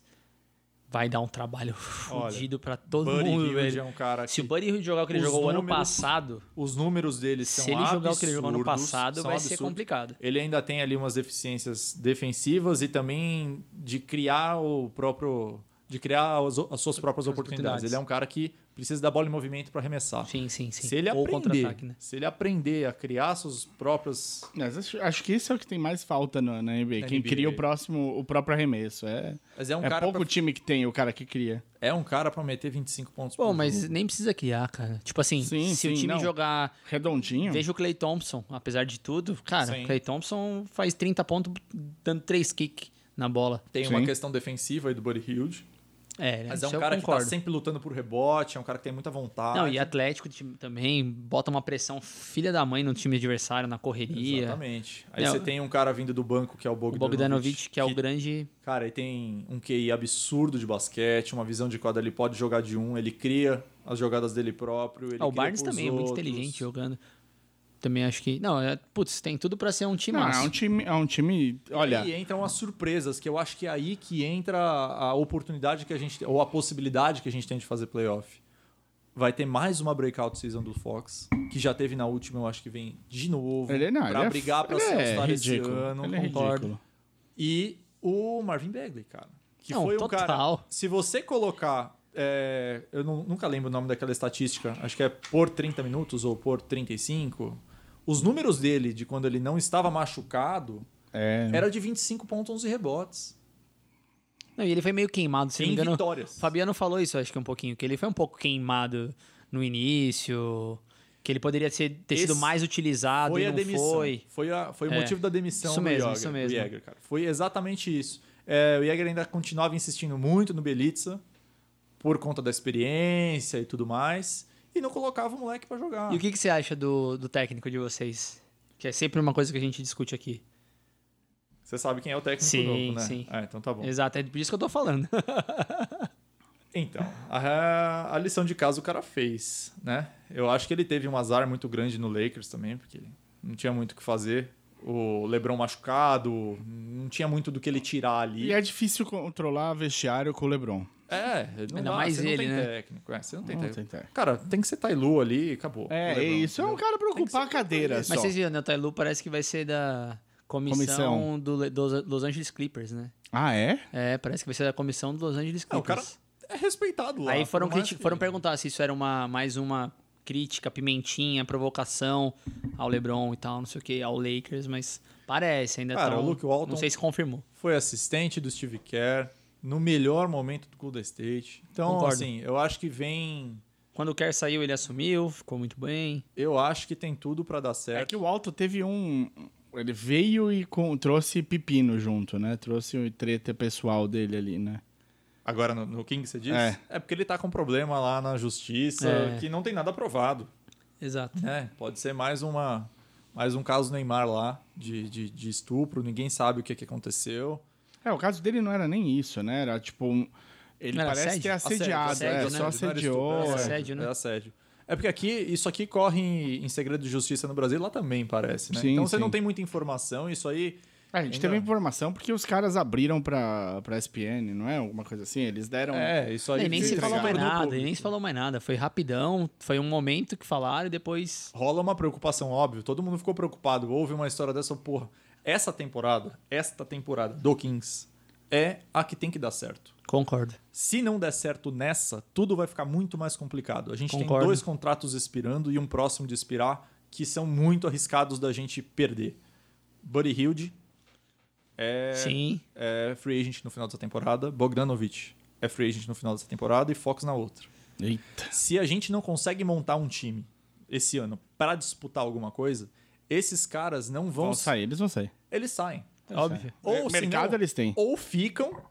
vai dar um trabalho Olha, fudido pra todo Buddy mundo, Hield velho. é um cara Se o que- Buddy Hill jogar o que ele os jogou o ano números- passado, Os números dele são se ele jogar o que ele jogou no absurdos, passado, são vai ser absurdos. complicado. Ele ainda tem ali umas deficiências defensivas e também de criar o próprio. de criar as, as suas próprias oportunidades. oportunidades. Ele é um cara que precisa da bola em movimento para arremessar. Sim, sim, sim. Se ele Ou aprender, contra-ataque, né? se ele aprender a criar suas próprias. Mas acho, acho que isso é o que tem mais falta no- na NBA. Na Quem NBA. cria o próximo, o próprio arremesso. É, Mas é um é cara pouco pra, time que tem o cara que cria. é um cara para meter 25 pontos Bom, por mas jogo. nem precisa criar, cara. Tipo assim, Sim, se o sim, time não. jogar Redondinho. Veja o Clay Thompson, apesar de tudo, cara, Sim. o Clay Thompson faz 30 pontos dando 3 kicks na bola. Tem uma Sim. questão defensiva aí do Buddy Hilde. É, Mas isso é um eu cara concordo. que tá sempre lutando por rebote, é um cara que tem muita vontade. Não, e Atlético time também bota uma pressão filha da mãe no time adversário, na correria. Exatamente. Aí Não. você tem um cara vindo do banco que é o O Bogdanovic. Bogdanovic, que é o grande. Cara, ele tem um QI absurdo de basquete, uma visão de quadra, ele pode jogar de um, ele cria as jogadas dele próprio. Ele Ah, o cria Barnes pros também é muito outros. inteligente jogando. Também acho que. Não, é, putz, tem tudo pra ser um time Não, é um time. É um time. Olha. E aí entram as surpresas, que eu acho que é aí que entra a oportunidade que a gente ou a possibilidade que a gente tem de fazer playoff. Vai ter mais uma breakout season do Fox, que já teve na última, eu acho que vem de novo. Ele não, pra ele é- brigar pra ele ser é All-Star esse ridículo. ano, Ele é concordo. ridículo. E o Marvin Bagley, cara. Que Não, foi um total. cara. Se você colocar. é, eu nu- nunca lembro o nome daquela estatística. Acho que é por 30 minutos ou por 35. Os números dele de quando ele não estava machucado É. era de 25 pontos, 11 rebotes. Não, e ele foi meio queimado, se não em me engano. vitórias. Fabiano falou isso, acho que um pouquinho, que ele foi um pouco queimado no início, que ele poderia ser- ter sido Esse mais utilizado Foi e a não demissão. foi. a- foi o É. motivo da demissão Isso do mesmo, Jäger, isso do mesmo. Jäger, cara. Foi exatamente isso. É, o Jäger ainda continuava insistindo muito no Belitza por conta da experiência e tudo mais. E não colocava o moleque pra jogar. E o que, que você acha do, do técnico de vocês? Que é sempre uma coisa que a gente discute aqui. Você sabe quem é o técnico Sim, novo, né? sim. Ah, então tá bom. Exato, é por isso que eu tô falando. Então, a, a lição de casa o cara fez, né? Eu acho que ele teve um azar muito grande no Lakers também, porque ele não tinha muito o que fazer. O LeBron machucado, não tinha muito do que ele tirar ali. E é difícil controlar vestiário com o LeBron. É, não Ainda dá, mais você não ele, tem né? técnico. É, você não tem Não técnico. tem técnico. Cara, tem que ser Tailu ali e acabou. É, O LeBron, isso é um entendeu? cara pra Tem que ocupar ser a cadeira só. Mas vocês viram, né? O Tailu parece que vai ser da comissão, Comissão. Do, Le- dos Los Angeles Clippers, né? Ah, é? É, parece que vai ser da comissão do Los Angeles É, o cara Clippers. é respeitado lá. é assim. Aí foram, por mais criti- que- foram perguntar se isso era uma, mais uma crítica, pimentinha, provocação ao LeBron e tal, não sei o que, ao Lakers, mas parece, ainda Cara, tão- o Luke Walton- Não sei se confirmou. Foi assistente do Steve Kerr no melhor momento do Golden State. Então, Concordo. assim, eu acho que vem... Quando o Kerr saiu, ele assumiu, ficou muito bem. Eu acho que tem tudo pra dar É, certo. que o Alto teve um. Ele veio e com- trouxe pepino junto, né? Trouxe o treta pessoal dele ali, né? Agora, no, no King, você diz? É. porque ele tá com problema lá na justiça, É. que não tem nada provado. Exato. né? Pode ser mais uma mais um caso Neymar lá de, de, de estupro, ninguém sabe o que, que aconteceu. É, o caso dele não era nem isso, né? Era tipo. um- Ele Não era parece assédio? ter assediado, Assédio, é, assédio, né? só assediou. Não era estupro, era é. assédio. né? Era assédio. É porque aqui, isso aqui corre em, em segredo de justiça no Brasil, lá também parece, né? Sim, então você sim. não tem muita informação, isso aí. É, A gente Ainda- é. teve informação porque os caras abriram pra, pra SPN, não é? Alguma coisa assim? Eles deram. É, isso aí. E nem se entregar. falou mais Tornou nada, e público. nem se falou mais nada. Foi rapidão, foi um momento que falaram e depois. Rola uma preocupação, óbvio. Todo mundo ficou preocupado. Houve uma história dessa, porra. Essa temporada, esta temporada do Kings é a que tem que dar certo. Concordo. Se não der certo nessa, tudo vai ficar muito mais complicado. A gente Concordo. tem dois contratos expirando e um próximo de expirar que são muito arriscados da gente perder. Buddy Hilde Sim. é free agent no final dessa temporada, Bogdanovic é free agent no final dessa temporada e Fox na outra. Eita. Se a gente não consegue montar um time esse ano para disputar alguma coisa, esses caras não vão, Vão sair, eles vão sair. Eles saem. Óbvio. Ou É, mercado senão- eles têm. Ou ficam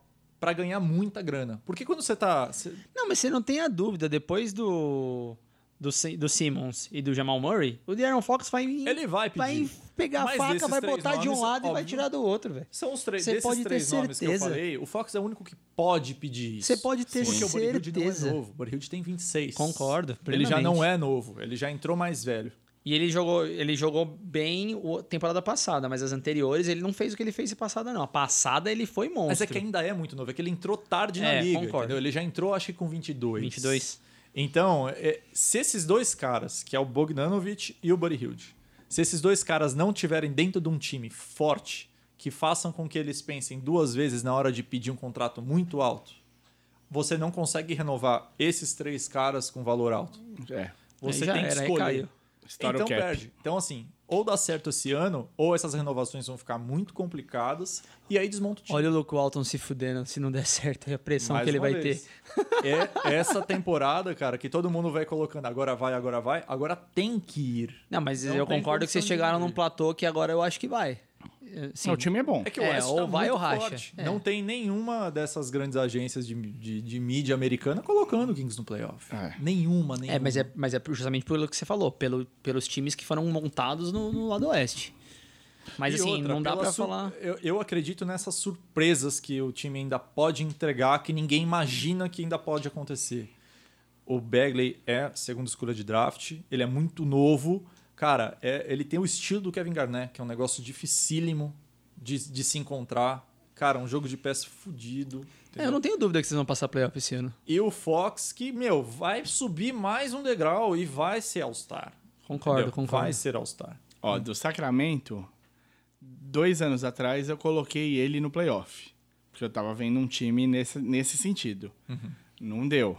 para ganhar muita grana. Porque quando você tá, você- Não, mas você não tem a dúvida, depois do. Do, Si- do Simmons e do Jamal Murray, o De'Aaron Fox vai, Ele vai pedir. pegar a Mas faca, desses vai três botar de um nomes, lado e vai óbvio. tirar do outro, velho. São os três, Você desses pode ter três nomes que eu certeza. falei, o Fox é o único que pode pedir isso. Você pode ter Porque o Borihud não é certeza. novo, o Borihud tem 26. Concordo, Ele já plenamente. não é novo, ele já entrou mais velho. E ele jogou, ele jogou bem a temporada passada, mas as anteriores ele não fez o que ele fez a passada, não. A passada ele foi monstro. Mas é que ainda é muito novo, é que ele entrou tarde na É, liga, concordo. entendeu? Ele já entrou acho que com 22. 22. Então, é, se esses dois caras, que é o Bogdanovic e o Borihud, se esses dois caras não tiverem dentro de um time forte, que façam com que eles pensem duas vezes na hora de pedir um contrato muito alto, você não consegue renovar esses três caras com valor alto. É. Você Aí já tem que era, aí escolher. caiu. Estoura o então cap. perde. Então, assim, ou dá certo esse ano, ou essas renovações vão ficar muito complicadas, e aí desmonta o time. Olha o Luke Walton se fudendo, se não der certo, aí a pressão Mais que ele uma vai vez. ter. É essa temporada, cara, que todo mundo vai colocando agora vai, agora vai, agora tem que ir. Não, mas Não eu tem concordo que vocês condição de chegaram viver. num platô que agora eu acho que vai. É, Sim. Não, o time é bom. É que o É, West ou tá vai muito ou racha. forte. É. Não tem nenhuma dessas grandes agências de, de, de mídia americana colocando o Kings no playoff. É. Nenhuma, nenhuma. É, mas é, mas é justamente pelo que você falou, pelo, pelos times que foram montados no, no lado oeste. Mas E assim, outra, não dá pela pra sur- falar. Eu, eu acredito nessas surpresas que o time ainda pode entregar, que ninguém imagina que ainda pode acontecer. O Bagley é segunda escolha de draft, ele é muito novo. Cara, é- ele tem o estilo do Kevin Garnett, que é um negócio dificílimo de, de se encontrar. Cara, um jogo de pés fudido. É, eu não tenho dúvida que vocês vão passar playoff esse ano. E o Fox, que, meu, vai subir mais um degrau e vai ser All-Star. Concordo, Entendeu? concordo. Vai ser All-Star. Ó, do Sacramento, dois anos atrás eu coloquei ele no playoff. Porque eu tava vendo um time nesse, nesse sentido. Não deu.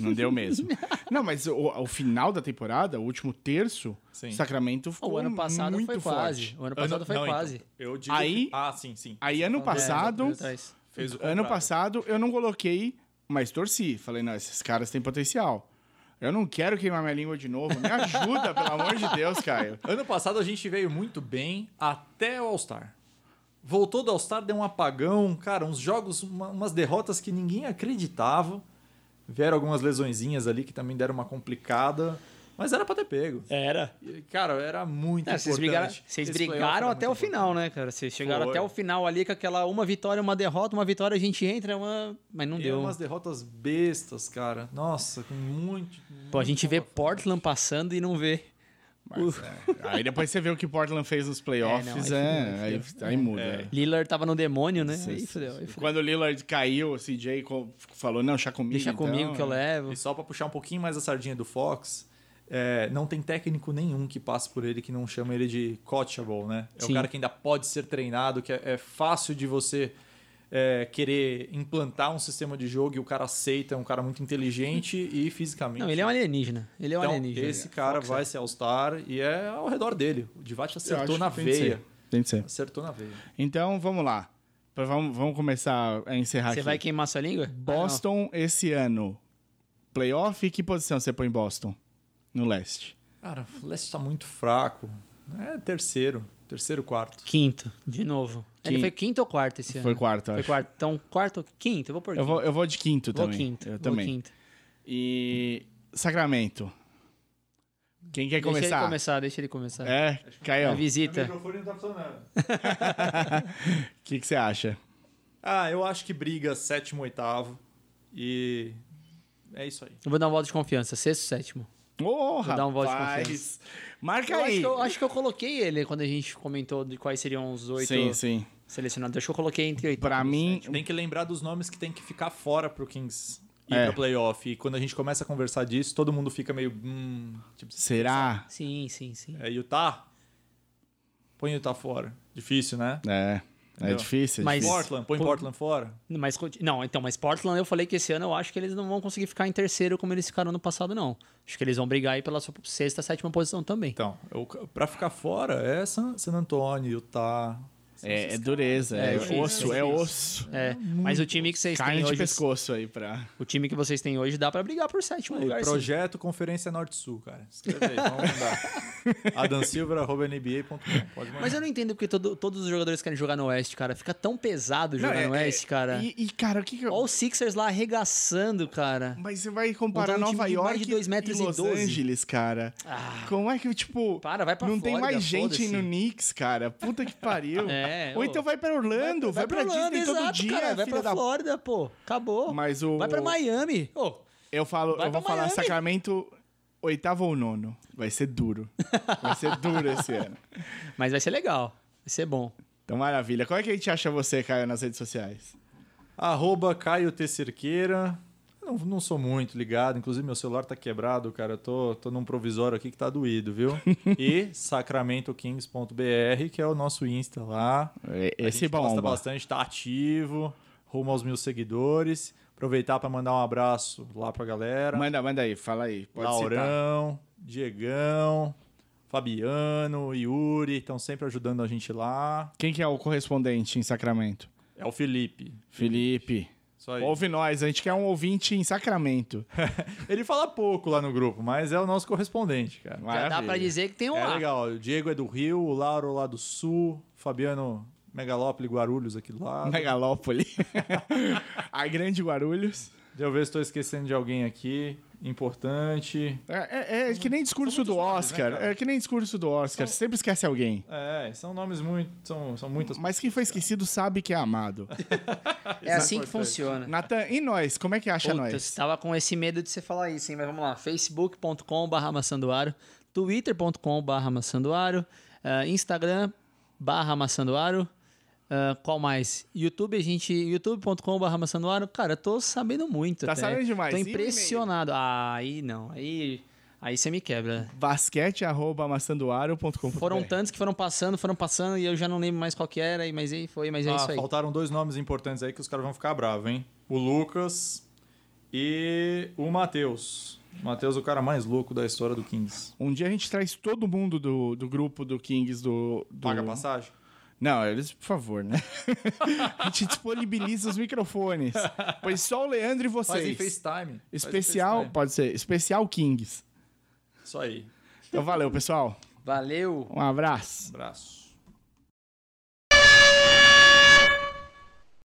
Não deu mesmo. Não, mas o, o final da temporada, o último terço, Sim. o Sacramento ficou O ano passado muito foi forte. quase. O ano passado Ano- foi não, então, quase. eu digo Aí- que- Ah, sim, sim. Aí Então, ano passado, é, atrás. Fez o ano contrário. passado eu não coloquei, mas torci. Falei, não, esses caras têm potencial. Eu não quero queimar minha língua de novo. Me ajuda, pelo amor de Deus, Caio. Ano passado a gente veio muito bem até o All-Star. Voltou do All-Star, deu um apagão, cara, uns jogos, uma- umas derrotas que ninguém acreditava. Vieram algumas lesõezinhas ali que também deram uma complicada, mas era pra ter pego. Era. E, Cara, era muito importante. É, vocês brigaram, vocês Esse playoff brigaram era até o muito final, né, cara? Vocês chegaram Foi. até o final ali com aquela uma vitória, uma derrota, uma vitória a gente entra, uma... mas não importante. E é deu. umas derrotas bestas, cara. Nossa, com muito... Pô, a gente vê Portland passando e não vê Mas, é, Aí depois você vê o que Portland fez nos playoffs, É, não, é, aí fudeu, aí, aí muda. é. Lillard tava no demônio, né? Sim, Aí sim, fudeu. sim. aí fudeu. Quando o Lillard caiu, o CJ co- falou, não, chá comigo. Deixa então, comigo que eu levo. E só pra puxar um pouquinho mais a sardinha do Fox, é, não tem técnico nenhum que passe por ele que não chama ele de coachable, né? É Sim. o cara que ainda pode ser treinado, que é, é fácil de você é, querer implantar um sistema de jogo e o cara aceita, é um cara muito inteligente e fisicamente. Não, ele é um alienígena. Ele é um então, alienígena. é. esse cara vai ser All-Star e é ao redor dele. O Divat Eu acho acertou que na tem que ser. veia. Tem que ser. Acertou na veia. Então, vamos lá. Pra- Vamos, vamos começar a encerrar Você aqui. vai Ah, queimar sua língua? Boston esse ano. Playoff, que posição você põe em Boston? No leste. Cara, o Leste tá muito fraco. É terceiro, terceiro, quarto. Quinto, de novo. Ele Quinto. foi quinto ou quarto esse ano? Foi quarto, eu É. Foi acho. quarto. Então, quarto ou quinto? Eu vou por Eu quinto. vou, eu vou de quinto Vou também. quinto. Eu vou também. quinto. E Sacramento. Quem quer Deixa começar? ele começar, deixa ele começar. É, A Caio, o visita. microfone não tá funcionando. que, que você acha? Ah, eu acho que briga sétimo, oitavo. E é isso aí. Eu vou dar um voto de confiança. Sexto, sétimo. Ô, Vou dar um voto de rapaz! Marca Eu acho, aí! que eu, acho que eu coloquei ele quando a gente comentou de quais seriam os oito Sim, sim. selecionados. Acho que eu coloquei entre oito. um. Pra mim, Tem que lembrar dos nomes que tem que ficar fora pro Kings ir É. pra playoff. E quando a gente começa a conversar disso, todo mundo fica meio. Hum, tipo, será? Sim, sim, sim. é Utah? Põe Utah fora. Difícil, né? É, é Entendeu? difícil. é Mas- difícil. Portland, põe Pô- Portland fora. Mas, conti- não, então, mas Portland eu falei que esse ano eu acho que eles não vão conseguir ficar em terceiro como eles ficaram no passado, não. Acho que eles vão brigar aí pela sua sexta, sétima posição também. Então, eu, pra ficar fora é San, San Antônio, Utah. É, é dureza, É é, difícil, osso, é difícil. osso. É, mas o time que vocês Carne têm de hoje, pescoço aí pra... o time que vocês têm hoje dá pra brigar por sétimo lugar. sim. Projeto Conferência Norte-Sul, cara. Escreve aí, vamos mandar. Adam Silva, arroba NBA.com. Pode mandar. Mas eu não entendo porque todo- todos os jogadores querem jogar no Oeste, cara. Fica tão pesado jogar Não, é- no Oeste, cara. E, e, cara, o que que eu... Olha o Sixers lá arregaçando, cara. Mas você vai comparar Montar um Nova time de York mais de dois metros e e Los 12. Angeles, cara. Como é que, tipo... Para, vai pra Não tem Flórida, mais gente foda-se. no Knicks, cara. Puta que pariu. É, Ou ô. então vai pra Orlando, vai, pra, Orlando, Disney todo exato, dia, cara. Vai filha pra da... Flórida, pô. Acabou. Mas o... Vai pra Miami. Ô, Eu falo, Vai eu vou pra falar Miami. Sacramento oitavo ou nono. Vai ser duro. Vai ser duro esse ano. Mas vai ser legal. Vai ser bom. Então, maravilha. Qual é que a gente acha você, Caio, nas redes sociais? Arroba Caio T. Cerqueira. Eu Não, não sou muito ligado, inclusive meu celular tá quebrado, cara. Eu tô, tô num provisório aqui que tá doído, viu? e sacramentokings.br, que é o nosso Insta lá. A Esse é gente bomba. posta bastante, tá ativo, rumo aos mil seguidores. Aproveitar pra mandar um abraço lá pra galera. Manda, manda aí, fala aí. Pode citar. Laurão, Diegão, Fabiano, Yuri, estão sempre ajudando a gente lá. Quem que é o correspondente em Sacramento? É o Felipe. Felipe. Isso aí. Ouve nós, a gente quer um ouvinte em Sacramento. Ele fala pouco lá no grupo, mas é o nosso correspondente, cara. Já dá pra dizer que tem um É lá. legal. O Diego é do Rio, o Lauro lá do Sul, Fabiano Megalópolis, Guarulhos aqui do lado. Megalópole. a Grande Guarulhos. Deixa eu ver se estou esquecendo de alguém aqui. Importante. É, é- é que nem discurso do Oscar. é que nem discurso do Oscar. Sempre esquece alguém. É, são nomes muito. São, são muitas. Mas quem foi esquecido sabe que é amado. É assim que importante. funciona. Natan, e nós? Como é que acha Putz, nós? tava com esse medo de você falar isso, hein? Mas vamos lá. facebook.com barra maçandoaro, twitter.com barra maçandoaro, eh, instagram barra maçandoaro, eh, qual mais? YouTube, a gente... youtube.com barra maçandoaro. Cara, eu tô sabendo muito Tá até. sabendo demais. Tô E o e-mail? impressionado. Ah, aí não. Aí... Aí você me quebra. basquete.massandoaro.com.br Foram tantos que foram passando, foram passando, e eu já não lembro mais qual que era, e- mas aí foi, mas é Ah, isso aí. faltaram dois nomes importantes aí que os caras vão ficar bravos, hein? O Lucas e o Matheus. O Matheus é o cara mais louco da história do Kings. Um dia a gente traz todo mundo do, do grupo do Kings do, do- Paga a passagem? Não, eles, por favor, né? a gente disponibiliza os microfones. Pois só o Leandro e Faz em vocês. FaceTime. Faz em Especial, FaceTime. pode ser, especial Kings. Isso aí. Então valeu, pessoal. Valeu! Um abraço. Abraço.